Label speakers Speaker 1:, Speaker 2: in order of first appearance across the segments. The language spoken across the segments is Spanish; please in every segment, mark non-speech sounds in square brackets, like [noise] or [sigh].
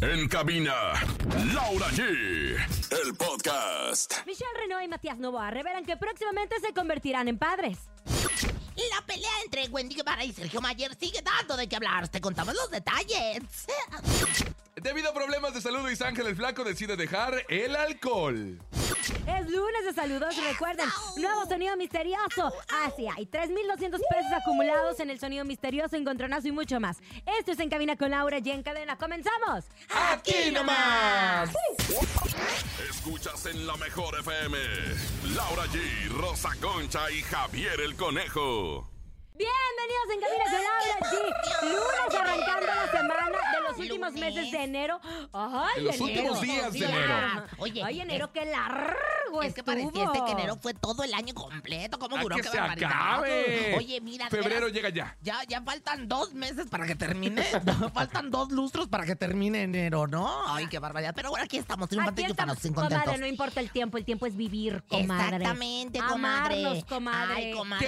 Speaker 1: En cabina, Laura G. El podcast.
Speaker 2: Michelle Renault y Matías Novoa revelan que próximamente se convertirán en padres.
Speaker 3: La pelea entre Wendy Guevara y Sergio Mayer sigue dando de qué hablar. Te contamos los detalles.
Speaker 4: Debido a problemas de salud, Luis Ángel el Flaco decide dejar el alcohol.
Speaker 2: Es lunes de saludos, recuerden, nuevo sonido misterioso. Así hay 3.200 pesos acumulados en el sonido misterioso, encontronazo y mucho más. Esto es En Cabina con Laura y En Cadena. ¡Comenzamos!
Speaker 4: ¡Aquí nomás!
Speaker 1: Escuchas en la mejor FM. Laura G, Rosa Concha y Javier el Conejo.
Speaker 2: Bienvenidos en Cabina con Laura G. Lunes arrancando la semana de los últimos
Speaker 3: Lunes.
Speaker 2: meses de enero. ¡Ay,
Speaker 4: De los
Speaker 2: enero!
Speaker 4: últimos días de enero.
Speaker 3: Oye,
Speaker 2: ¡Ay, enero, qué largo
Speaker 3: Es que
Speaker 2: estuvo.
Speaker 3: parecía este que enero fue todo el año completo. ¿Cómo
Speaker 4: ¡A
Speaker 3: duró?
Speaker 4: que
Speaker 3: ¡Qué
Speaker 4: se
Speaker 3: barbaridad!
Speaker 4: acabe!
Speaker 3: Oye, mira, de
Speaker 4: Febrero
Speaker 3: veras,
Speaker 4: llega ya.
Speaker 3: Ya, ya faltan dos meses para que termine.
Speaker 4: [laughs]
Speaker 3: faltan dos lustros para que termine enero, ¿no? Ay, qué barbaridad. Pero bueno, aquí estamos,
Speaker 2: Aquí
Speaker 3: triunfantes,
Speaker 2: estamos,
Speaker 3: triunfanos, sin
Speaker 2: comadre,
Speaker 3: contentos.
Speaker 2: no importa el tiempo, el tiempo es vivir, comadre.
Speaker 3: Exactamente, comadre.
Speaker 2: Amarnos, comadre.
Speaker 3: Ay, comadre.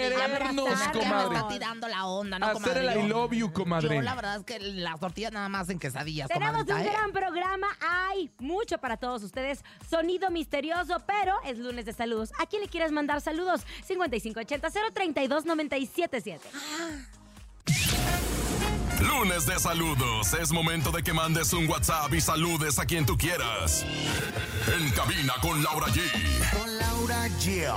Speaker 3: ya
Speaker 4: Querernos,
Speaker 3: me está- ya me
Speaker 4: comadre.
Speaker 3: está tirando la onda, ¿no,
Speaker 4: Hacer
Speaker 3: comadre?
Speaker 4: el I love you, comadre.
Speaker 3: Yo, la verdad es que las tortillas nada más en quesadillas,
Speaker 2: Tenemos
Speaker 3: comadrita,
Speaker 2: un
Speaker 3: ¿eh?
Speaker 2: gran programa, hay mucho para todos ustedes, sonido misterioso, pero es lunes de saludos. ¿A quién le quieres mandar saludos? 5580 032 977.
Speaker 1: Lunes de saludos. Es momento de que mandes un WhatsApp y saludes a quien tú quieras. En cabina con Laura G.
Speaker 5: Con Laura G.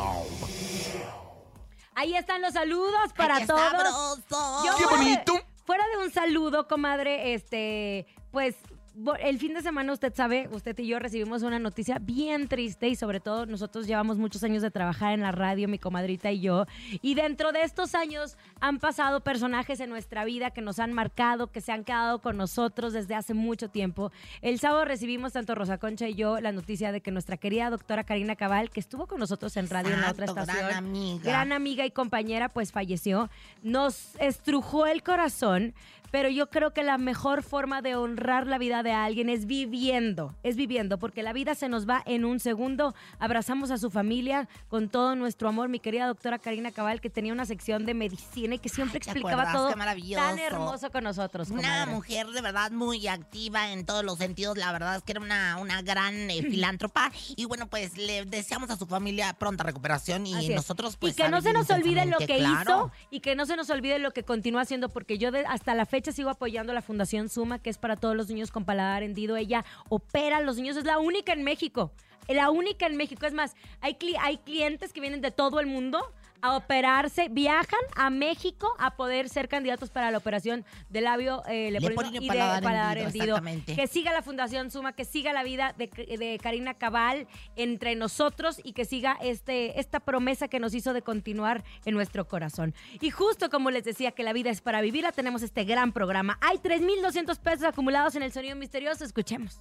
Speaker 2: Ahí están los saludos para
Speaker 3: Ay, qué
Speaker 2: todos.
Speaker 3: sabroso.
Speaker 2: Yo
Speaker 4: ¡Qué
Speaker 2: fuera de-
Speaker 4: bonito!
Speaker 2: Fuera de un saludo, comadre, este, pues bo- el fin de semana usted sabe, usted y yo recibimos una noticia bien triste y sobre todo nosotros llevamos muchos años de trabajar en la radio, mi comadrita y yo, y dentro de estos años han pasado personajes en nuestra vida que nos han marcado, que se han quedado con nosotros desde hace mucho tiempo. El sábado recibimos tanto Rosa Concha y yo la noticia de que nuestra querida doctora Karina Cabal, que estuvo con nosotros en radio en la otra
Speaker 3: Exacto,
Speaker 2: estación,
Speaker 3: gran amiga.
Speaker 2: gran amiga y compañera, pues falleció. Nos estrujó el corazón, pero yo creo que la mejor forma de honrar la vida de alguien es viviendo, es viviendo, porque la vida se nos va en un segundo. Abrazamos a su familia con todo nuestro amor. Mi querida doctora Karina Cabal, que tenía una sección de medicina y que siempre
Speaker 3: Ay, ¿te
Speaker 2: explicaba
Speaker 3: acuerdas?
Speaker 2: todo
Speaker 3: Qué maravilloso.
Speaker 2: tan hermoso con nosotros.
Speaker 3: Una
Speaker 2: comadre.
Speaker 3: mujer de verdad muy activa en todos los sentidos. La verdad es que era una, una gran eh, filántropa. Y bueno, pues le deseamos a su familia pronta recuperación. Y
Speaker 2: Así es.
Speaker 3: nosotros, pues.
Speaker 2: y que no se nos olvide lo que hizo
Speaker 3: claro.
Speaker 2: y que no se nos olvide lo que continúa haciendo, porque yo de- hasta la fecha sigo apoyando la Fundación Suma, que es para todos los niños con paladar hendido. Ella opera a los niños, es la única en México. La única en México. Es más, hay, cli- hay clientes que vienen de todo el mundo a operarse, viajan a México a poder ser candidatos para la operación de labio eh, leporino
Speaker 3: Leporino
Speaker 2: y
Speaker 3: y
Speaker 2: de
Speaker 3: paladar
Speaker 2: paladar
Speaker 3: hendido,
Speaker 2: hendido.
Speaker 3: exactamente.
Speaker 2: Que siga la Fundación Suma, que siga la vida de, de Karina Cabal entre nosotros y que siga este, esta promesa que nos hizo de continuar en nuestro corazón. Y justo como les decía que la vida es para vivirla, tenemos este gran programa. Hay 3.200 pesos acumulados en el sonido misterioso. Escuchemos.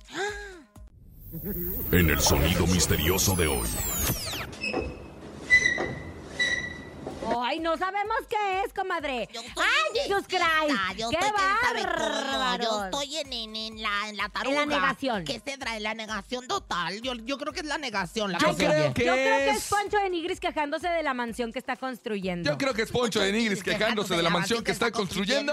Speaker 1: En el sonido misterioso de hoy.
Speaker 2: Ay, no sabemos qué es, comadre.
Speaker 3: Yo soy
Speaker 2: Ay, Jesus
Speaker 3: indecisa,
Speaker 2: Christ.
Speaker 3: Yo
Speaker 2: Qué
Speaker 3: estoy, quién sabe cómo, Yo
Speaker 2: bárbaros.
Speaker 3: estoy en, en- en la, en la taruga.
Speaker 2: negación.
Speaker 3: ¿Qué se trae? La negación total. Yo, yo creo que es la negación. La
Speaker 4: Yo
Speaker 3: que se
Speaker 4: creo
Speaker 3: oye.
Speaker 4: ¿Qué
Speaker 2: Yo creo que
Speaker 4: es?
Speaker 2: es Poncho de Nigris quejándose de la mansión que está construyendo.
Speaker 4: Yo creo que es Poncho de Nigris quejándose de la mansión que está construyendo.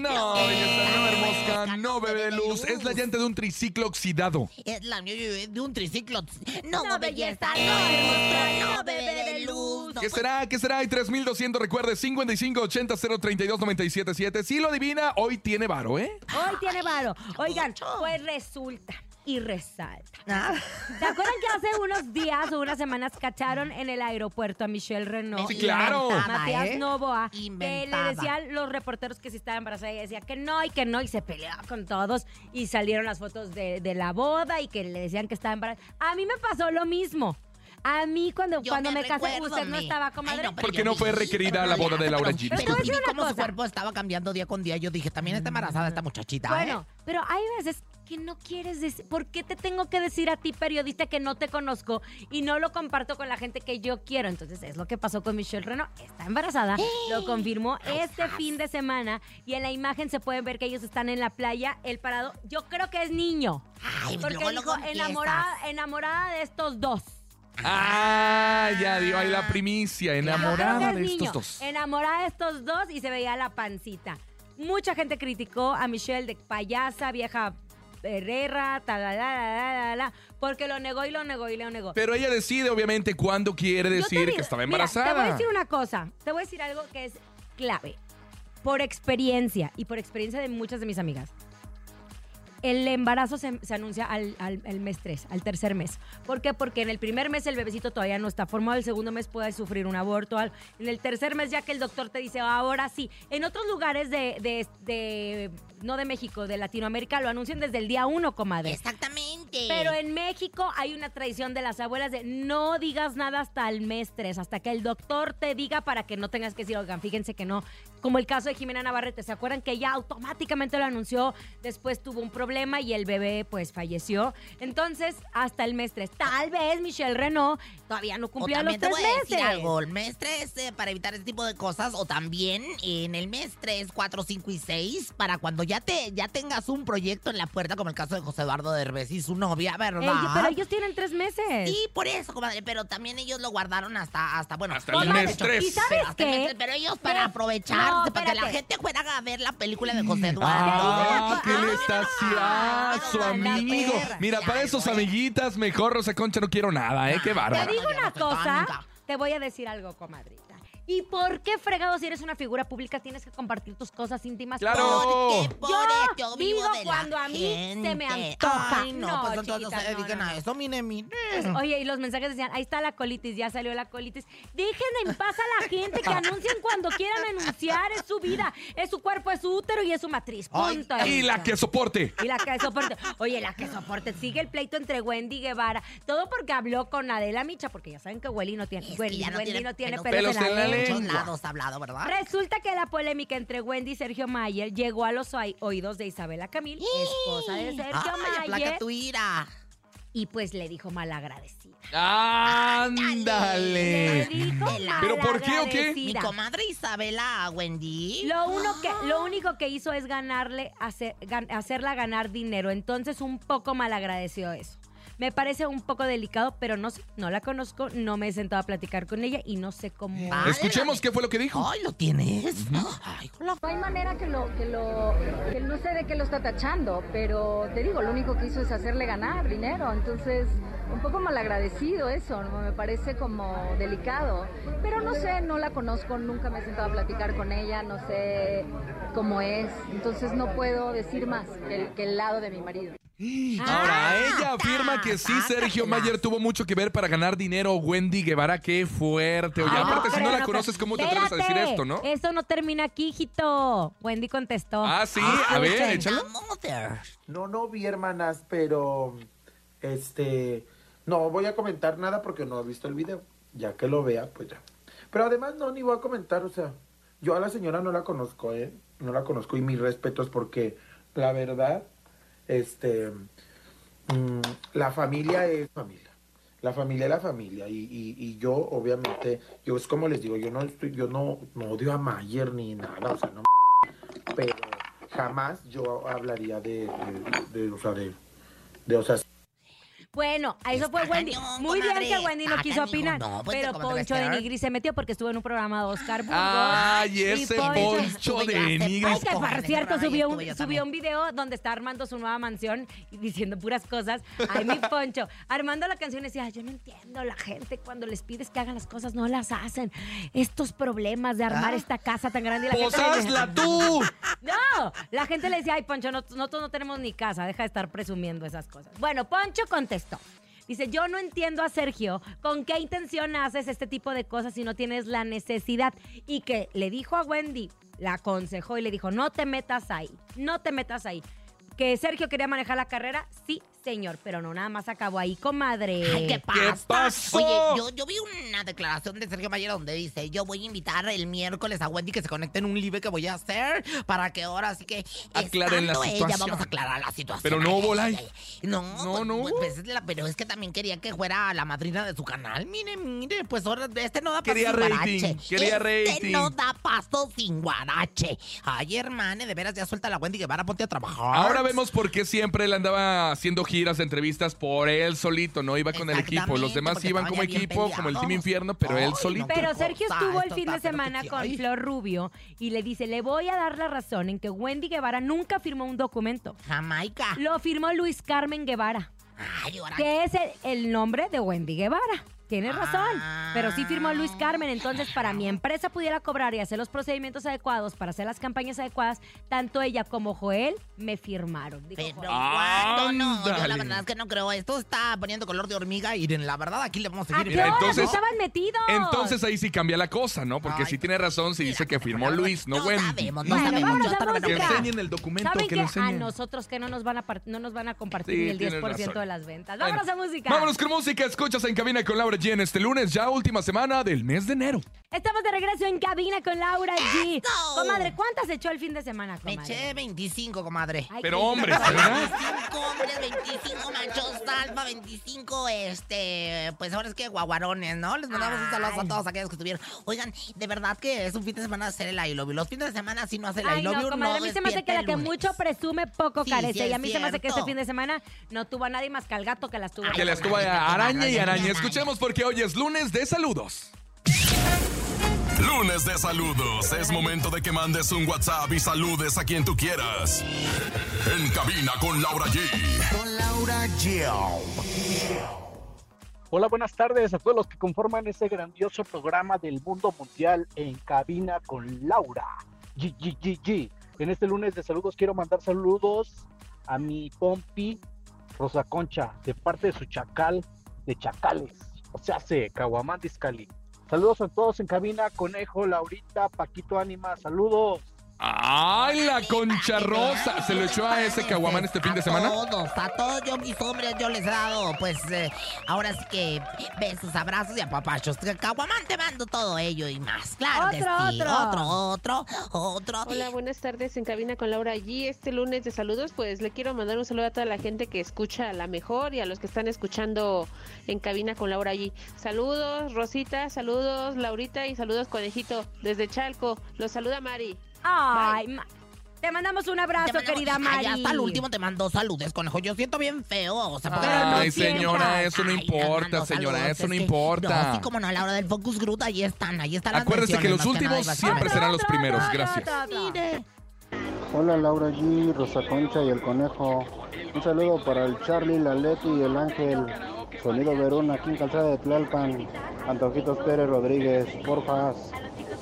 Speaker 4: No, belleza no hermosa, no bebe de luz. Es la llanta de un triciclo oxidado.
Speaker 3: Es la de un triciclo. No,
Speaker 2: No,
Speaker 3: belleza,
Speaker 2: belleza,
Speaker 3: no, hermosura, no, bebe de luz. no
Speaker 4: ¿Qué será? ¿Qué será? Hay 3200, recuerde, 5580-032-977. Si lo adivina, hoy tiene varo, ¿eh?
Speaker 2: Hoy tiene varo. Oigan,
Speaker 3: mucho. Ah.
Speaker 2: pues resulta y resalta.
Speaker 3: Nada.
Speaker 2: ¿Se acuerdan que hace unos días o unas semanas cacharon en el aeropuerto a Michelle Renault?
Speaker 4: Sí, claro.
Speaker 3: Inventada,
Speaker 2: Matías
Speaker 3: ¿eh?
Speaker 2: Novoa, que le
Speaker 3: Inventada.
Speaker 2: decían los reporteros que si estaba embarazada y decía que no y que no y se peleaba con todos y salieron las fotos de, de la boda y que le decían que estaba embarazada. A mí me pasó lo mismo. A mí cuando,
Speaker 3: Yo
Speaker 2: cuando me, casé,
Speaker 3: recuerdo,
Speaker 2: usted no
Speaker 3: me.
Speaker 2: estaba
Speaker 3: Ay,
Speaker 2: comadre.
Speaker 3: no, pero
Speaker 4: Porque
Speaker 3: yo
Speaker 4: no
Speaker 3: vi-
Speaker 4: fue requerida la boda de Laura G.
Speaker 3: Pero,
Speaker 2: Te voy a
Speaker 3: pero
Speaker 2: decir
Speaker 3: vi
Speaker 2: una
Speaker 3: cómo su
Speaker 2: cosa.
Speaker 3: cuerpo estaba cambiando día con día. Yo dije, también está embarazada esta muchachita,
Speaker 2: Bueno,
Speaker 3: ¿eh?
Speaker 2: pero hay veces que no quieres decir. ¿Por qué te tengo que decir a ti, periodista, que no te conozco y no lo comparto con la gente que yo quiero? Entonces, es lo que pasó con Michelle Renault. Está embarazada. Lo confirmó este fin de semana. Y en la imagen se pueden ver que ellos están en la playa, él parado. Yo creo que es niño.
Speaker 3: Ay,
Speaker 2: Porque
Speaker 3: luego,
Speaker 2: dijo,
Speaker 3: luego empiezas.
Speaker 2: enamorada, enamorada de estos dos.
Speaker 4: Ah, ya dio ahí la primicia,
Speaker 2: Yo creo
Speaker 4: enamorada
Speaker 2: que
Speaker 4: de
Speaker 2: es
Speaker 4: estos
Speaker 2: niño.
Speaker 4: dos.
Speaker 2: Enamorada de estos dos y se veía la pancita. Mucha gente criticó a Michelle de payasa, vieja Herrera, talalala, porque lo negó y lo negó y lo negó.
Speaker 4: Pero ella decide, obviamente, cuándo quiere
Speaker 2: Yo te
Speaker 4: decir
Speaker 2: digo-
Speaker 4: que estaba
Speaker 2: mira,
Speaker 4: embarazada.
Speaker 2: te voy a decir una cosa, te voy a decir algo que es clave. Por experiencia y por experiencia de muchas de mis amigas. El embarazo se, se anuncia al, al- al mes 3, al tercer mes. ¿Por qué? Porque en el primer mes el bebecito todavía no está formado, el segundo mes puede sufrir un aborto. al- En el tercer mes ya que el doctor te dice, ahora sí. En otros lugares de, de- de- no de México, de Latinoamérica, lo anuncian desde el día 1, comadre.
Speaker 3: Exactamente.
Speaker 2: Pero en México hay una tradición de las abuelas de no digas nada hasta el mes 3, hasta que el doctor te diga para que no tengas que decir, oigan, fíjense que no. Como el caso de Jimena Navarrete, ¿se acuerdan que ella automáticamente lo anunció? Después tuvo un problema y el bebé pues falleció. Entonces, hasta el mes 3. Tal vez Michelle Renault todavía no cumplía
Speaker 3: o
Speaker 2: los
Speaker 3: también te
Speaker 2: tres
Speaker 3: voy a decir
Speaker 2: meses.
Speaker 3: algo, el mes 3 para evitar este tipo de cosas o también en el mes 3, 4, 5 y 6 para cuando ya te ya tengas un proyecto en la puerta como el caso de José Eduardo Derbez y su novia, ¿verdad?
Speaker 2: Ey, pero ellos tienen tres meses.
Speaker 3: Sí, por eso, comadre, pero también ellos lo guardaron hasta, hasta bueno,
Speaker 4: Hasta el
Speaker 3: lo han
Speaker 4: mes
Speaker 3: hecho.
Speaker 4: tres.
Speaker 2: ¿Y sabes
Speaker 3: Pero hasta el
Speaker 2: qué?
Speaker 3: mes tres, Pero ellos para
Speaker 2: Pero-
Speaker 3: aprovechar,
Speaker 2: no,
Speaker 3: para que la
Speaker 2: espérate. Mm.
Speaker 3: gente fuera a ver la película de José Eduardo.
Speaker 4: Ah,
Speaker 2: Ay,
Speaker 4: qué
Speaker 2: ay,
Speaker 4: le estás su
Speaker 2: ay, la
Speaker 4: amigo.
Speaker 2: perra.
Speaker 4: Mira, para
Speaker 3: Ay,
Speaker 4: esos
Speaker 3: oye.
Speaker 4: amiguitas, mejor Rosa Concha no quiero nada, ¿eh? Qué
Speaker 3: Te
Speaker 2: Te
Speaker 4: bárbaro.
Speaker 2: digo
Speaker 3: Yo
Speaker 2: una
Speaker 3: no soy
Speaker 2: cosa,
Speaker 3: tonta.
Speaker 2: te voy a decir algo, comadrita. ¿Y por qué fregado si eres una figura pública tienes que compartir tus cosas íntimas?
Speaker 4: Claro.
Speaker 3: Porque
Speaker 4: Yo
Speaker 3: por
Speaker 2: digo
Speaker 3: esto vivo de la
Speaker 2: cuando a mí se me
Speaker 3: gente.
Speaker 2: antoja.
Speaker 3: Ay, no,
Speaker 2: No,
Speaker 3: pues entonces no
Speaker 2: chiquita,
Speaker 3: se
Speaker 2: no,
Speaker 3: dediquen
Speaker 2: no,
Speaker 3: a
Speaker 2: no.
Speaker 3: eso, mire, mire.
Speaker 2: Con- Oye, y los mensajes decían, ahí está la colitis, ya salió la colitis. Dejen en paz a la gente que anuncien cuando quieran anunciar, es su vida, es su cuerpo, es su útero y es su matriz.
Speaker 3: Ay,
Speaker 2: Punto.
Speaker 4: Y la que soporte.
Speaker 2: Y la que soporte. Oye, la que soporte. Sigue el pleito entre Wendy y Guevara. Todo porque habló con Adela Micha, porque ya saben que Wendy no tiene,
Speaker 3: Es que
Speaker 2: Wendy,
Speaker 3: ya no
Speaker 2: Wendy
Speaker 3: tiene
Speaker 2: no tiene
Speaker 3: pelos
Speaker 2: pelos, en la lengua.
Speaker 3: Muchos lados ha hablado,
Speaker 4: Ah.
Speaker 3: ¿verdad?
Speaker 2: Resulta que la polémica entre Wendy y Sergio Mayer llegó a los oí- oídos de Isabela Camil, esposa de Sergio
Speaker 3: Ay, aplaca
Speaker 2: Mayer,
Speaker 3: tu ira.
Speaker 2: y pues le dijo malagradecida. Le
Speaker 4: Ándale.
Speaker 2: dijo
Speaker 4: Eh. ¿Pero por qué o qué?
Speaker 3: Mi
Speaker 2: malagradecida.
Speaker 3: comadre Isabela Wendy.
Speaker 2: Lo, uno que,
Speaker 4: [gasps]
Speaker 2: lo único que hizo es ganarle, hacer- gan- hacerla ganar dinero. Entonces, un poco malagradeció eso. Me parece un poco delicado, pero no sé, no la conozco, no me he sentado a platicar con ella y no sé cómo.
Speaker 3: Ah,
Speaker 4: Escuchemos qué fue lo que dijo.
Speaker 3: Ay, ¿lo tienes? Ay, hola.
Speaker 6: No hay manera que lo, que lo, que no sé de qué lo está tachando, pero te digo, lo único que hizo es hacerle ganar dinero, entonces un poco malagradecido eso, ¿no? me parece como delicado, pero no sé, no la conozco, nunca me he sentado a platicar con ella, no sé cómo es, entonces no puedo decir más que el- que el lado de mi marido.
Speaker 2: Ah,
Speaker 4: Ahora, ella afirma que sí, Sergio Mayer tuvo mucho que ver para ganar dinero. Wendy Guevara, qué fuerte. Oye,
Speaker 2: Ay,
Speaker 4: aparte, si
Speaker 2: creo,
Speaker 4: no la
Speaker 2: creo.
Speaker 4: conoces, ¿cómo te atreves a decir
Speaker 2: Ah, Espérate,
Speaker 4: esto, no?
Speaker 2: Eso no termina aquí, hijito. Wendy contestó. este.
Speaker 4: Ah, sí, a ver,
Speaker 2: escuchen.
Speaker 4: échalo.
Speaker 3: La mother.
Speaker 7: No, no vi hermanas, pero este no voy a comentar nada porque no he visto el video. Ya que lo vea, pues ya. Pero además no ni voy a comentar, o sea, yo a la señora no la conozco, eh. No la conozco y mis respetos porque la verdad este mm, la familia es familia. La familia es la familia y, y- y yo obviamente yo es como les digo, yo no estoy yo no, no odio a Mayer ni nada, o sea, no pero jamás yo hablaría de, de, de, o sea, de, de, o sea,
Speaker 2: Bueno, a eso
Speaker 3: Está
Speaker 2: fue Wendy.
Speaker 3: cañón,
Speaker 2: Muy bien
Speaker 3: comadre,
Speaker 2: que Wendy no
Speaker 3: está
Speaker 2: quiso
Speaker 3: cañón.
Speaker 2: opinar.
Speaker 3: No, pues,
Speaker 2: pero
Speaker 3: ¿cómo te va a
Speaker 2: Poncho de
Speaker 3: esperar?
Speaker 2: Nigri se metió porque estuvo en un programa de Oscar Burgos.
Speaker 4: Ay,
Speaker 2: Y
Speaker 4: ese
Speaker 2: Poncho-
Speaker 4: Poncho
Speaker 3: Estuve
Speaker 4: de
Speaker 3: yo hace
Speaker 4: Nigris.
Speaker 2: Ay,
Speaker 3: poco.
Speaker 2: que por
Speaker 3: Comadre,
Speaker 2: cierto
Speaker 3: no, yo
Speaker 2: subió,
Speaker 3: estuve, yo
Speaker 2: un,
Speaker 3: también.
Speaker 2: subió un video donde está armando su nueva mansión y diciendo puras cosas. Ay, mi Poncho. Armando la canción decía, "Ay, yo no entiendo la gente cuando les pides que hagan las cosas, no las hacen. Estos problemas de armar
Speaker 3: Ah.
Speaker 2: esta casa tan grande. Y la
Speaker 4: Pues
Speaker 2: gente le decía,
Speaker 4: hazla tú.
Speaker 2: no, la gente le decía, ay, Poncho, no- nosotros no tenemos ni casa, deja de estar presumiendo esas cosas. Bueno, Poncho contestó. Dice, yo no entiendo a Sergio con qué intención haces este tipo de cosas si no tienes la necesidad. Y que le dijo a Wendy, la aconsejó y le dijo, no te metas ahí, no te metas ahí. Que Sergio quería manejar la carrera, sí, señor, pero no nada más acabó ahí, comadre.
Speaker 3: Ay, ¿qué pasa?
Speaker 4: pasó?
Speaker 3: Oye, yo, yo vi una declaración de Sergio Mayer donde dice, yo voy a invitar el miércoles a Wendy que se conecte en un live que voy a hacer para que ahora sí que
Speaker 4: Aclaren la
Speaker 3: estando ella
Speaker 4: situación.
Speaker 3: vamos a aclarar la situación.
Speaker 4: Pero no
Speaker 3: Ay,
Speaker 4: hubo
Speaker 3: ay,
Speaker 4: live.
Speaker 3: ay. No,
Speaker 4: No,
Speaker 3: pues-
Speaker 4: no
Speaker 3: pues,
Speaker 4: hubo.
Speaker 3: pues, es la- pero es que también quería que fuera la madrina de su canal. Mire, mire, pues ahora este no da paso
Speaker 4: Quería
Speaker 3: sin
Speaker 4: rating,
Speaker 3: guarache.
Speaker 4: quería
Speaker 3: este
Speaker 4: rating.
Speaker 3: no da paso sin guarache. Ay, hermane, de veras ya suelta la Wendy que van a ponte a trabajar.
Speaker 4: Ahora sabemos por qué siempre él andaba haciendo giras de entrevistas por él solito, ¿no? Iba con el equipo. Los
Speaker 3: Exactamente,
Speaker 4: demás
Speaker 3: porque
Speaker 4: iban
Speaker 3: estaban
Speaker 4: como
Speaker 3: ya bien
Speaker 4: equipo, como el Team
Speaker 3: peleados.
Speaker 4: Infierno, pero él
Speaker 3: Ay,
Speaker 4: solito.
Speaker 3: no.
Speaker 2: Pero
Speaker 3: Qué
Speaker 2: Sergio
Speaker 3: cosa,
Speaker 2: estuvo el
Speaker 3: esto
Speaker 2: fin de
Speaker 3: está, pero
Speaker 2: semana
Speaker 3: qué
Speaker 2: con
Speaker 3: hay.
Speaker 2: Flor Rubio y le dice, le voy a dar la razón en que Wendy Guevara nunca firmó un documento.
Speaker 3: Jamaica.
Speaker 2: Lo firmó Luis Carmen Guevara,
Speaker 3: Ay, ahora
Speaker 2: que es el, el nombre de Wendy Guevara. Tienes razón,
Speaker 3: Ah.
Speaker 2: pero sí firmó Luis Carmen, entonces para mi empresa pudiera cobrar y hacer los procedimientos adecuados para hacer las campañas adecuadas, tanto ella como Joel me firmaron. Dijo
Speaker 3: Pero
Speaker 2: Joel.
Speaker 3: ¿cuándo no? Yo la
Speaker 4: Ándale.
Speaker 3: verdad es que no creo. Esto está poniendo color de hormiga. Y la verdad aquí le vamos a
Speaker 2: ¿A
Speaker 3: seguir.
Speaker 2: qué
Speaker 4: Mira,
Speaker 2: horas
Speaker 4: entonces-
Speaker 2: Ah, estaban metidos?
Speaker 4: Entonces ahí sí cambia la cosa, ¿no? Porque
Speaker 3: Ay,
Speaker 4: sí tiene razón si dice que firmó Luis, no
Speaker 3: No
Speaker 4: Wendy.
Speaker 3: sabemos, no
Speaker 2: Bueno,
Speaker 3: sabemos.
Speaker 2: vámonos
Speaker 3: Yo
Speaker 2: a
Speaker 3: hasta
Speaker 4: Que
Speaker 2: música.
Speaker 3: preguntar.
Speaker 4: enseñen el documento,
Speaker 2: ¿Saben
Speaker 4: que lo
Speaker 2: qué? A
Speaker 3: Ah,
Speaker 4: enseñen.
Speaker 2: nosotros que no nos van a, par- no nos van a compartir
Speaker 4: Sí,
Speaker 2: ni el
Speaker 4: tienes
Speaker 2: 10% de
Speaker 4: razón.
Speaker 2: las ventas.
Speaker 4: Bueno,
Speaker 2: Vámonos a música.
Speaker 4: Vámonos con música. Escuchas en cabina con Laura G en este lunes, ya última semana del mes de enero.
Speaker 2: Estamos de regreso en cabina con Laura G.
Speaker 3: ¡Eso!
Speaker 2: Comadre, ¿cuántas echó el fin de semana,
Speaker 3: Me
Speaker 2: comadre?
Speaker 3: eché 25, comadre.
Speaker 2: Ay,
Speaker 4: Pero
Speaker 2: qué
Speaker 4: hombre,
Speaker 2: rico.
Speaker 4: ¿verdad?
Speaker 3: 25 hombres, 25 machos alfa, 25, este, pues ahora es que guaguarones, ¿no? Les mandamos un saludo a
Speaker 2: Ay.
Speaker 3: todos aquellos que estuvieron. Oigan, de verdad que es un fin de semana hacer el I love you. Los fines de semana sí no hace el
Speaker 2: Ay,
Speaker 3: I love
Speaker 2: no,
Speaker 3: you,
Speaker 2: comadre, a mí se me hace que la
Speaker 3: despierta
Speaker 2: que
Speaker 3: el lunes.
Speaker 2: mucho presume, poco
Speaker 3: Sí,
Speaker 2: carece.
Speaker 3: sí es
Speaker 2: y a mí se me hace que este
Speaker 3: cierto.
Speaker 2: fin de semana no tuvo a nadie más que al gato que las tuvo.
Speaker 4: Que la
Speaker 2: comadre.
Speaker 4: estuvo a araña y araña. Escuchemos porque hoy es lunes de saludos.
Speaker 1: Lunes de saludos. Es momento de que mandes un WhatsApp y saludes a quien tú quieras. En cabina con Laura G.
Speaker 5: Con Laura G.
Speaker 8: Hola, buenas tardes a todos los que conforman ese grandioso programa del mundo mundial en cabina con Laura. GGGG. En este lunes de saludos quiero mandar saludos a mi pompi Rosa Concha de parte de su chacal de chacales. O sea, se Caguamán Discali. Saludos a todos en cabina, Conejo, Laurita, Paquito Ánima, saludos.
Speaker 4: ¡Ay, la concha rosa! ¿Se lo echó a ese caguamán este fin de semana?
Speaker 3: pues, A todos, a todos yo mis hombres yo les he dado, pues eh, ahora sí que besos, abrazos y apapachos. Caguamán te mando todo ello y más, claro
Speaker 2: Otro,
Speaker 3: que sí.
Speaker 2: otro.
Speaker 3: otro, otro, otro.
Speaker 9: Hola, buenas tardes en cabina con Laura G. Este lunes de saludos, pues le quiero mandar un saludo a toda la gente que escucha a la mejor y a los que están escuchando en cabina con Laura G. Saludos, Rosita, saludos, Laurita y saludos, Conejito, desde Chalco. Los saluda Mari.
Speaker 2: Ay, ma- te mandamos un abrazo,
Speaker 3: Te mando-
Speaker 2: querida
Speaker 3: Ay,
Speaker 2: Mari.
Speaker 3: hasta el último te mandó saludes, conejo. Yo siento bien feo. O sea, porque-
Speaker 2: Pero no
Speaker 4: Ay, señora,
Speaker 2: sientas.
Speaker 4: eso no
Speaker 3: Ay,
Speaker 4: importa,
Speaker 3: Armando,
Speaker 4: señora,
Speaker 3: saludos,
Speaker 4: eso no
Speaker 3: es que- No,
Speaker 4: importa.
Speaker 3: sí, como no, a la hora del Focus Group, ahí están, ahí están las
Speaker 4: Acuérdese que
Speaker 3: menciones,
Speaker 4: los
Speaker 3: más nada,
Speaker 4: últimos siempre
Speaker 3: básicamente.
Speaker 4: serán los
Speaker 2: Otro,
Speaker 4: primeros.
Speaker 2: otro,
Speaker 4: Gracias.
Speaker 2: otro, otro.
Speaker 10: Hola Laura G, Rosa Concha y el Conejo. Un saludo para el Charlie, la Leti y el Ángel. Sonido Verón aquí en Calzada de Tlalpan. Antojitos Pérez Rodríguez, porfas.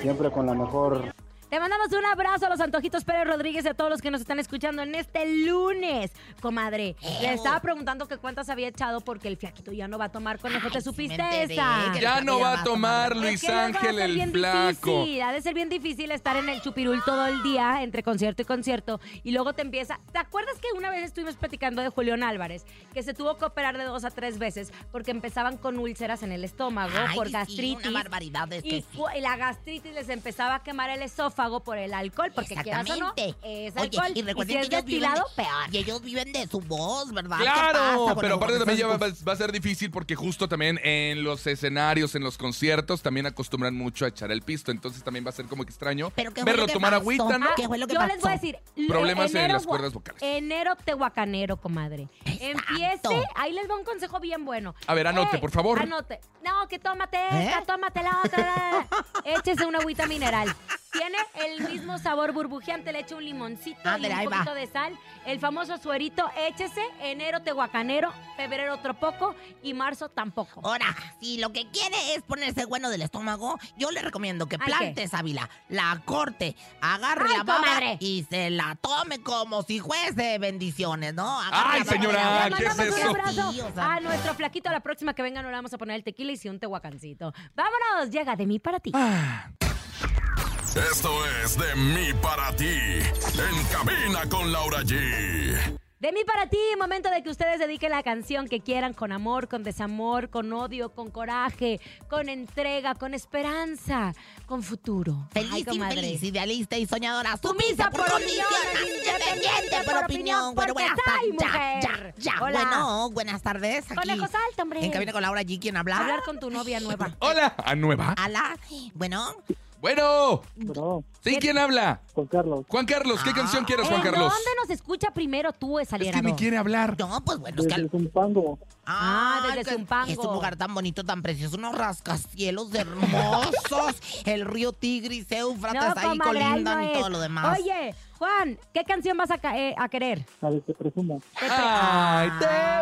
Speaker 10: Siempre con la mejor.
Speaker 2: Te mandamos un abrazo a los Antojitos Pérez Rodríguez y a todos los que nos están escuchando en este lunes. Comadre,
Speaker 3: Eh.
Speaker 2: le estaba preguntando que cuántas había echado porque el flaquito ya no va a tomar conejo. ¿Te
Speaker 3: Ay, sí me
Speaker 2: supiste
Speaker 3: enteré,
Speaker 2: esa?
Speaker 3: que-
Speaker 4: Ya no va a
Speaker 2: Es
Speaker 4: tomar
Speaker 2: que
Speaker 4: Luis
Speaker 2: luego va a
Speaker 4: Ángel
Speaker 2: ser bien
Speaker 4: el flaco.
Speaker 2: Difícil. Ha de ser bien difícil estar en el chupirul todo el día, entre concierto y concierto, y luego te empieza. ¿Te acuerdas que una vez estuvimos platicando de Julián Álvarez, que se tuvo que operar de dos a tres veces porque empezaban con úlceras en el estómago,
Speaker 3: Ay,
Speaker 2: por
Speaker 3: sí,
Speaker 2: gastritis?
Speaker 3: Una barbaridad de
Speaker 2: Y, fu- y la gastritis les empezaba a quemar el esófago por el alcohol, porque quieras o no,
Speaker 3: Exactamente.
Speaker 2: es
Speaker 3: Oye,
Speaker 2: alcohol.
Speaker 3: y
Speaker 2: y si
Speaker 3: recuerden
Speaker 2: es
Speaker 3: que ellos viven
Speaker 2: destilado,
Speaker 3: de-
Speaker 2: peor.
Speaker 3: Y ellos viven de su voz,
Speaker 2: Ah,
Speaker 3: ¿verdad? ¿Qué
Speaker 4: Claro,
Speaker 3: pasa,
Speaker 4: pero
Speaker 3: conejo?
Speaker 4: aparte
Speaker 3: Porque
Speaker 4: también ya va,
Speaker 3: son sus-
Speaker 4: va a ser difícil porque justo también en los escenarios, en los conciertos, también acostumbran mucho a echar el pisto, entonces también va a ser como que extraño
Speaker 3: Pero qué bueno
Speaker 4: verlo
Speaker 3: que
Speaker 4: tomar
Speaker 3: pasó.
Speaker 4: agüita, ¿no?
Speaker 3: Ah, ¿Qué fue lo que
Speaker 2: Yo
Speaker 3: pasó?
Speaker 2: les voy a decir. le-
Speaker 4: Problemas en
Speaker 2: enero
Speaker 4: las
Speaker 2: gua-
Speaker 4: cuerdas vocales.
Speaker 2: Enero tehuacanero, comadre. Empiece. Ahí les va un consejo bien bueno.
Speaker 4: A ver, anote,
Speaker 2: Eh,
Speaker 4: por favor.
Speaker 2: Anote. No, que tómate esta,
Speaker 3: ¿Eh?
Speaker 2: tómate la
Speaker 4: [laughs]
Speaker 2: otra. Échese una agüita mineral. Tiene el mismo sabor burbujeante, le echa un limoncito y
Speaker 3: Ándale, ahí
Speaker 2: un
Speaker 3: va.
Speaker 2: poquito de sal. El famoso suerito, échese. Enero tehuacanero, febrero otro poco y marzo tampoco.
Speaker 3: Ahora, si lo que quiere es ponerse bueno del estómago, yo le recomiendo que
Speaker 2: Ay, ¿qué?
Speaker 3: plante sábila, la corte, agarre
Speaker 2: Ay,
Speaker 3: la baba
Speaker 2: comadre.
Speaker 3: y se la tome como si fuese bendiciones, ¿no?
Speaker 4: Ay,
Speaker 3: la baba
Speaker 4: señora,
Speaker 3: de la
Speaker 2: Le
Speaker 3: abuela.
Speaker 4: ¿qué es
Speaker 2: mandamos
Speaker 4: eso?
Speaker 2: un abrazo
Speaker 3: Sí, o sea,
Speaker 2: a nuestro flaquito. La próxima que venga no le vamos a poner el tequila y sí un tehuacancito. Vámonos, llega de mí para ti.
Speaker 4: Ah.
Speaker 1: Esto es de mí para ti. En cabina con Laura G.
Speaker 2: De mí para ti, momento de que ustedes dediquen la canción que quieran con amor, con desamor, con odio, con coraje, con entrega, con esperanza, con futuro.
Speaker 3: Feliz,
Speaker 2: comadre.
Speaker 3: infeliz, idealista y soñadora,
Speaker 2: Sumisa
Speaker 3: sumisa por
Speaker 2: por
Speaker 3: condición,
Speaker 2: opiniones,
Speaker 3: independiente por opinión. Bueno,
Speaker 2: porque
Speaker 3: buenas
Speaker 2: soy
Speaker 3: tardes. Ya,
Speaker 2: mujer.
Speaker 3: ya, ya.
Speaker 2: Hola.
Speaker 3: Bueno, buenas tardes. Aquí,
Speaker 2: Conejo, salta, hombre.
Speaker 3: En cabina con Laura G, ¿quién habla?
Speaker 2: Ah. Hablar con tu novia nueva.
Speaker 4: Hola, a nueva.
Speaker 3: Ala. Bueno,
Speaker 4: Bueno.
Speaker 8: Bueno,
Speaker 4: ¿Sí? ¿Quién habla?
Speaker 8: Juan Carlos,
Speaker 4: Juan Carlos, ¿qué canción quieres, Juan
Speaker 2: Ah. ¿En
Speaker 4: Carlos?
Speaker 2: ¿Dónde nos escucha primero tú,
Speaker 4: Es
Speaker 2: Esaliera?
Speaker 4: que me quiere hablar.
Speaker 3: No, pues bueno, es que...
Speaker 8: desde
Speaker 3: al-
Speaker 8: Zumpango.
Speaker 2: Ah, desde
Speaker 3: que-
Speaker 2: Zumpango.
Speaker 3: Es un lugar tan bonito, tan precioso, unos
Speaker 2: [laughs]
Speaker 3: rascacielos hermosos, el río Tigris, Éufrates, ahí
Speaker 2: comadre, ahí
Speaker 3: colindan
Speaker 2: no
Speaker 3: y
Speaker 2: es.
Speaker 3: todo lo demás.
Speaker 2: Oye, Juan, ¿qué canción vas a, ca- eh, a querer?
Speaker 8: ¿Sabes qué presumo?
Speaker 2: Te pre-
Speaker 4: Ay,
Speaker 3: Ah.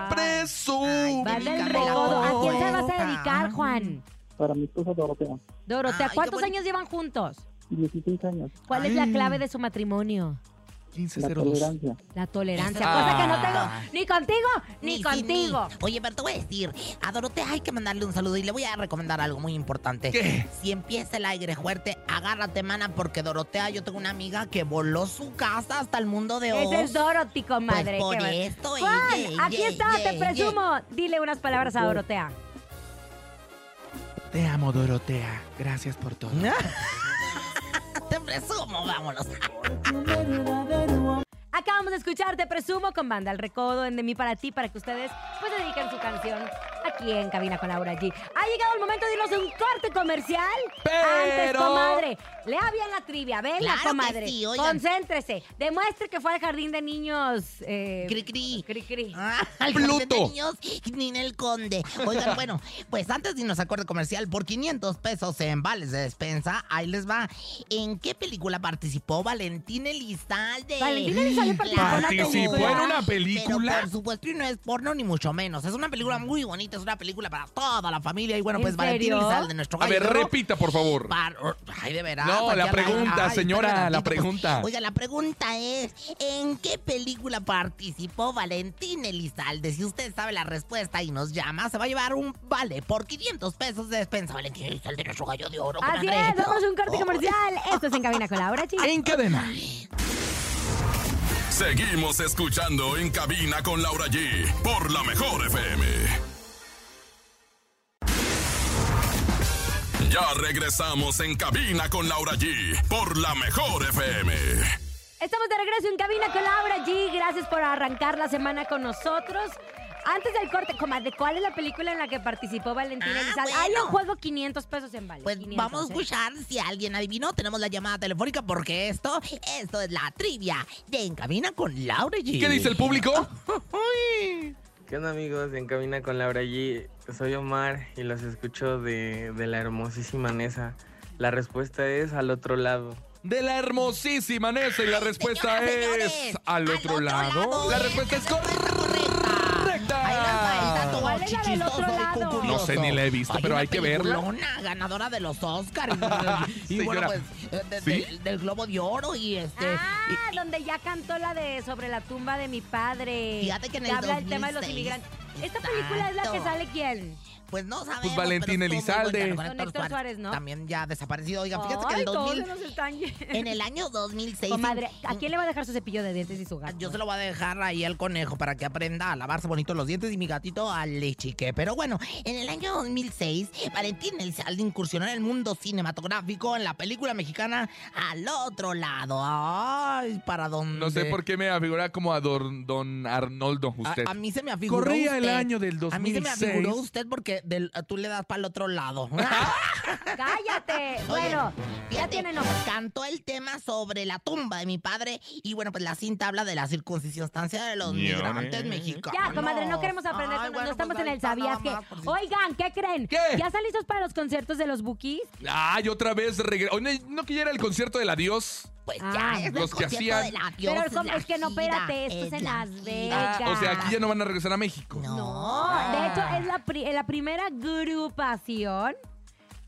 Speaker 4: te presumo.
Speaker 2: Va
Speaker 3: Ay,
Speaker 2: del
Speaker 3: dedícamela,
Speaker 2: recodo. ¿A quién se vas
Speaker 3: Juan.
Speaker 2: a dedicar, Juan?
Speaker 8: Para mi esposa Dorotea,
Speaker 2: Dorotea,
Speaker 3: Ay, qué
Speaker 2: ¿cuántos
Speaker 3: bonito.
Speaker 2: años llevan juntos?
Speaker 8: 16 años,
Speaker 2: ¿Cuál es la clave de su matrimonio?
Speaker 8: la
Speaker 4: 1502.
Speaker 8: tolerancia.
Speaker 2: La tolerancia,
Speaker 3: Eso.
Speaker 2: cosa que no
Speaker 3: Ah.
Speaker 2: tengo ni contigo ni,
Speaker 3: sí,
Speaker 2: contigo.
Speaker 3: ni- Oye, pero te voy a decir, a Dorotea hay que mandarle un saludo y le voy a recomendar algo muy importante.
Speaker 4: ¿Qué?
Speaker 3: Si empieza el aire fuerte, agárrate, mana, porque Dorotea, yo tengo una amiga que voló su casa hasta el mundo de Oz.
Speaker 2: Ese es Dorothy, comadre.
Speaker 3: Pues por
Speaker 2: qué bueno.
Speaker 3: esto,
Speaker 2: Juan,
Speaker 3: eh,
Speaker 2: aquí
Speaker 3: eh,
Speaker 2: está,
Speaker 3: eh,
Speaker 2: te presumo. Dile unas palabras a Dorotea.
Speaker 4: Te amo, Dorotea. Gracias por todo.
Speaker 3: [laughs] Te presumo, vámonos. Ah,
Speaker 2: Acabamos de escuchar Te Presumo con Banda El Recodo en De Mí Para Ti para que ustedes pues dediquen su canción aquí en Cabina con Laura G. Ha llegado el momento de irnos a un corte comercial. Antes,
Speaker 4: Pero-
Speaker 2: comadre, lea bien la trivia, venga,
Speaker 3: Claro que
Speaker 2: comadre.
Speaker 3: sí, oigan.
Speaker 2: Concéntrese, demuestre que fue al jardín de niños... eh,
Speaker 3: Cri, cri.
Speaker 2: cri, cri.
Speaker 3: Ah, al
Speaker 4: Pluto.
Speaker 3: Jardín de niños, Ninel Conde.
Speaker 4: [laughs]
Speaker 3: Oigan, bueno, pues antes de irnos a corte comercial, por 500 pesos en vales de despensa, ahí les va. ¿En qué película participó Valentín Elizalde?
Speaker 2: Valentín Elizalde participó
Speaker 3: Claro.
Speaker 2: en una
Speaker 4: ¿Participó
Speaker 2: película.
Speaker 4: en una
Speaker 3: Pero
Speaker 4: película?
Speaker 3: por supuesto, y no es porno ni mucho menos. Es una película muy bonita, es una película para toda la familia. Y bueno,
Speaker 2: ¿En
Speaker 3: pues Valentín
Speaker 2: serio?
Speaker 3: Elizalde, nuestro
Speaker 4: A
Speaker 3: gallo
Speaker 4: ver,
Speaker 3: de oro,
Speaker 4: repita, por favor.
Speaker 3: Par- Ay, de veras.
Speaker 4: No, la
Speaker 3: Aquí
Speaker 4: pregunta,
Speaker 3: arranca-
Speaker 4: señora,
Speaker 3: espérame
Speaker 4: la
Speaker 3: tantito, pues.
Speaker 4: pregunta.
Speaker 3: Oiga, la pregunta es, ¿en qué película participó Valentín Elizalde? Si usted sabe la respuesta y nos llama, se va a llevar un vale por 500 pesos de despensa. Valentín Elizalde, nuestro gallo de oro.
Speaker 2: Así
Speaker 3: comadre.
Speaker 2: es, vamos a un corte comercial. Esto es En Cabina con Laura, chicos.
Speaker 4: Oh, En cadena.
Speaker 1: Seguimos escuchando en cabina con Laura G por la mejor FM. Ya regresamos en cabina con Laura G por la mejor FM.
Speaker 2: Estamos de regreso en cabina con Laura G. Gracias por arrancar la semana con nosotros. Antes del corte, comadre, ¿cuál es la película en la que participó Valentín
Speaker 3: Ah,
Speaker 2: Elizalde?
Speaker 3: bueno.
Speaker 2: Hay un juego 500 pesos en vale.
Speaker 3: Pues
Speaker 2: 500,
Speaker 3: vamos a
Speaker 2: ¿eh?
Speaker 3: escuchar si alguien adivinó. Tenemos la llamada telefónica porque esto, esto es la trivia de Encamina con Laura G.
Speaker 4: ¿Qué dice el público?
Speaker 11: ¿Qué onda amigos? En Cabina con Laura G. Soy Omar y los escucho de, de la hermosísima Nesa. La respuesta es al otro lado.
Speaker 4: De la hermosísima Nessa y la respuesta
Speaker 3: Señoras,
Speaker 4: es
Speaker 3: señores,
Speaker 4: al otro, lado. La respuesta es correcta.
Speaker 3: Ahí nos va el dato
Speaker 2: ¿Cuál es la del
Speaker 3: chichistoso
Speaker 2: otro
Speaker 3: y
Speaker 2: lado?
Speaker 3: cucurioso.
Speaker 4: No sé, ni la he visto, pero
Speaker 3: una
Speaker 4: hay que verla.
Speaker 3: peliculona ganadora de los Oscars.
Speaker 4: [laughs]
Speaker 3: y bueno,
Speaker 4: Señora.
Speaker 3: pues, eh, de-
Speaker 4: ¿Sí?
Speaker 3: del- del Globo de Oro y este... y-
Speaker 2: Ah, donde ya cantó la de Sobre la tumba de mi padre.
Speaker 3: Fíjate que en el
Speaker 2: habla del tema de los
Speaker 3: 2006.
Speaker 2: inmigrantes. ¿Esta
Speaker 3: Exacto.
Speaker 2: película es la que sale quién?
Speaker 3: Pues no sabemos.
Speaker 4: Valentín
Speaker 3: pero estuvo muy
Speaker 4: Elizalde.
Speaker 3: buena,
Speaker 2: Con Héctor Suárez, ¿no?
Speaker 3: También ya desaparecido. Oiga, fíjate que el
Speaker 2: Ay, todos
Speaker 3: 2000...
Speaker 2: se nos están yendo.
Speaker 3: En el año 2006...
Speaker 2: Comadre,
Speaker 3: en-
Speaker 2: ¿a quién le va a dejar su cepillo de dientes y su gato?
Speaker 3: Yo se lo voy a dejar ahí al conejo para que aprenda a lavarse bonito los dientes y mi gatito al lechique. Pero bueno, en el año 2006, Valentín Elizalde incursionó en el mundo cinematográfico en la película mexicana Al Otro Lado. Ay, para dónde.
Speaker 4: No sé por qué me afigura como a don, don Arnoldo usted.
Speaker 3: A, a mí se me afiguró
Speaker 4: Corría el
Speaker 3: usted.
Speaker 4: año del
Speaker 3: A mí se me
Speaker 4: 2006.
Speaker 3: afiguró usted porque del- tú le das para el otro
Speaker 4: [laughs]
Speaker 3: lado. Ah,
Speaker 2: ¡Cállate!
Speaker 3: [laughs] Oye,
Speaker 2: bueno, ya
Speaker 3: fíjate,
Speaker 2: tienen ojos.
Speaker 3: Cantó el tema sobre la tumba de mi padre y bueno, pues la cinta habla de la circuncisiostancia de los
Speaker 4: Ñore.
Speaker 3: migrantes mexicanos.
Speaker 2: Ya, comadre, no queremos aprender,
Speaker 3: Ay,
Speaker 2: no,
Speaker 3: bueno,
Speaker 2: no estamos
Speaker 3: pues
Speaker 2: en
Speaker 3: ahí
Speaker 2: el
Speaker 3: está nada
Speaker 2: sabías que.
Speaker 3: más, pues, por si-
Speaker 2: Oigan, ¿qué creen?
Speaker 4: ¿Qué?
Speaker 2: ¿Ya están listos para los conciertos de los Bookies?
Speaker 4: Ay, otra vez regresó. ¿No que ya era el concierto del adiós?
Speaker 3: Pues
Speaker 2: Ah,
Speaker 3: ya, es
Speaker 4: los
Speaker 3: los
Speaker 4: que
Speaker 3: que
Speaker 4: hacían-
Speaker 2: Pero ¿cómo? es que no, espérate, esto es en Las Vegas.
Speaker 4: Ah, o sea, aquí ya no van a regresar a México.
Speaker 3: No.
Speaker 2: De hecho, es la, pri- la primera agrupación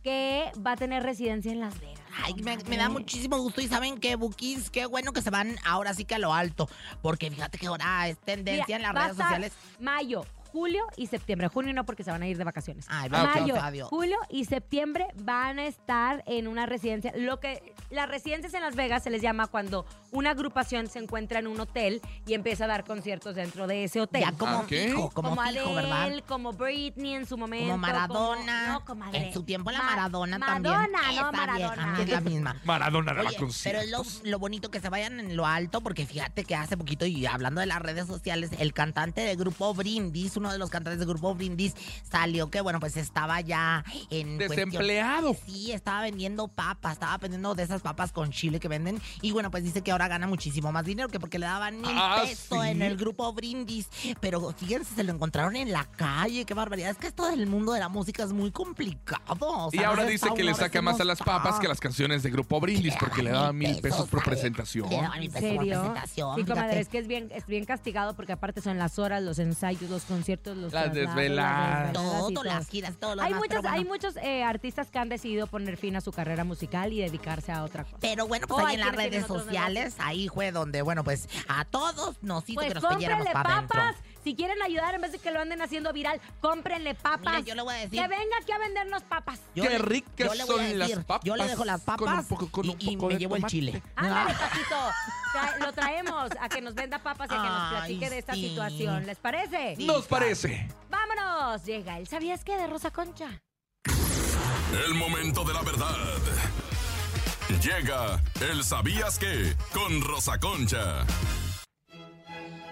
Speaker 2: que va a tener residencia en Las Vegas.
Speaker 3: Ay, me,
Speaker 2: comadre.
Speaker 3: me da muchísimo gusto y saben que Bookies, qué bueno que se van ahora sí que a lo alto, porque fíjate que ahora es
Speaker 2: Mira,
Speaker 3: tendencia en las
Speaker 2: va a
Speaker 3: redes
Speaker 2: estar
Speaker 3: sociales.
Speaker 2: Mayo, julio y septiembre. Junio no, porque se van a ir de vacaciones.
Speaker 3: Ay,
Speaker 4: Ah, ok.
Speaker 2: Mayo,
Speaker 3: adiós.
Speaker 2: julio y septiembre van a estar en una residencia. Lo que las residencias en Las Vegas se les llama cuando una agrupación se encuentra en un hotel y empieza a dar conciertos dentro de ese hotel.
Speaker 3: Ya como
Speaker 4: Ah, ok.
Speaker 3: fijo, como,
Speaker 2: como
Speaker 3: fijo,
Speaker 2: Adele,
Speaker 3: ¿verdad?
Speaker 2: como Britney en su momento.
Speaker 3: Como Maradona.
Speaker 2: no, comadre.
Speaker 3: En su tiempo la
Speaker 2: Ma-
Speaker 3: Maradona también.
Speaker 2: Maradona,
Speaker 3: Esa
Speaker 2: no
Speaker 3: vieja,
Speaker 2: Maradona.
Speaker 3: que es la misma.
Speaker 4: [laughs] Maradona daba
Speaker 3: Oye, pero es lo,
Speaker 4: conciertos.
Speaker 3: lo bonito que se vayan en lo alto, porque fíjate que hace poquito, y hablando de las redes sociales, el cantante del grupo Brindis, un uno de los cantantes del grupo Brindis salió que, bueno, pues estaba ya en. cuestión-
Speaker 4: Desempleado.
Speaker 3: Sí, estaba vendiendo papas, estaba vendiendo de esas papas con chile que venden. Y bueno, pues dice que ahora gana muchísimo más dinero que porque le daban mil
Speaker 4: Ah,
Speaker 3: pesos
Speaker 4: ¿sí?
Speaker 3: en el grupo Brindis. Pero fíjense, se lo encontraron en la calle. Qué barbaridad. Es que esto del mundo de la música es muy complicado. O sea,
Speaker 4: y
Speaker 3: no
Speaker 4: ahora
Speaker 3: se
Speaker 4: dice
Speaker 3: está
Speaker 4: que le
Speaker 3: uno
Speaker 4: saca
Speaker 3: veces
Speaker 4: más
Speaker 3: no
Speaker 4: a las
Speaker 3: está.
Speaker 4: papas que a las canciones de Grupo Brindis porque le daba mil pesos por presentación.
Speaker 3: Le daban mil
Speaker 2: ¿En
Speaker 3: pesos por
Speaker 2: serio?
Speaker 3: presentación,
Speaker 2: Sí, comadre,
Speaker 3: fíjate.
Speaker 2: es que es bien, es bien castigado porque aparte son las horas, los ensayos, los conciertos, los
Speaker 4: Las
Speaker 2: traslados,
Speaker 4: desveladas.
Speaker 2: las desveladas y
Speaker 3: Todo, las giras, todo lo
Speaker 2: Hay,
Speaker 3: demás,
Speaker 2: muchas,
Speaker 3: pero
Speaker 2: hay
Speaker 3: bueno.
Speaker 2: muchos eh, artistas que han decidido poner fin a su carrera musical y dedicarse a otra cosa.
Speaker 3: Pero bueno, pues
Speaker 2: O
Speaker 3: ahí
Speaker 2: Oh, hay
Speaker 3: en las
Speaker 2: quienes
Speaker 3: redes
Speaker 2: tienen otros
Speaker 3: sociales,
Speaker 2: negocios.
Speaker 3: ahí fue donde, bueno, pues a todos nos hizo que
Speaker 2: Pues
Speaker 3: nos pilláramos
Speaker 2: cómprenle
Speaker 3: para adentro.
Speaker 2: papas. Si quieren ayudar en vez de que lo anden haciendo viral, cómprenle papas.
Speaker 3: Mira, yo le voy a decir-
Speaker 2: Que venga aquí a vendernos papas.
Speaker 3: Yo
Speaker 4: Qué
Speaker 3: le-
Speaker 4: ricas
Speaker 3: yo le voy a
Speaker 4: son las papas
Speaker 3: Yo le dejo las
Speaker 4: con un
Speaker 3: papas
Speaker 4: poco- con
Speaker 3: y-
Speaker 4: un
Speaker 3: y,
Speaker 4: poco
Speaker 3: me
Speaker 4: de
Speaker 3: llevo el
Speaker 4: tomate.
Speaker 3: chile.
Speaker 2: Ándale, Paquito. Trae- Lo traemos a que nos venda papas y a que nos
Speaker 3: Ay,
Speaker 2: platique de esta
Speaker 3: sí.
Speaker 2: situación. ¿Les parece?
Speaker 4: Nos parece.
Speaker 2: ¡Vámonos! Llega el ¿Sabías qué? de Rosa Concha.
Speaker 1: El momento de la verdad. Llega el sabías que con Rosa Concha.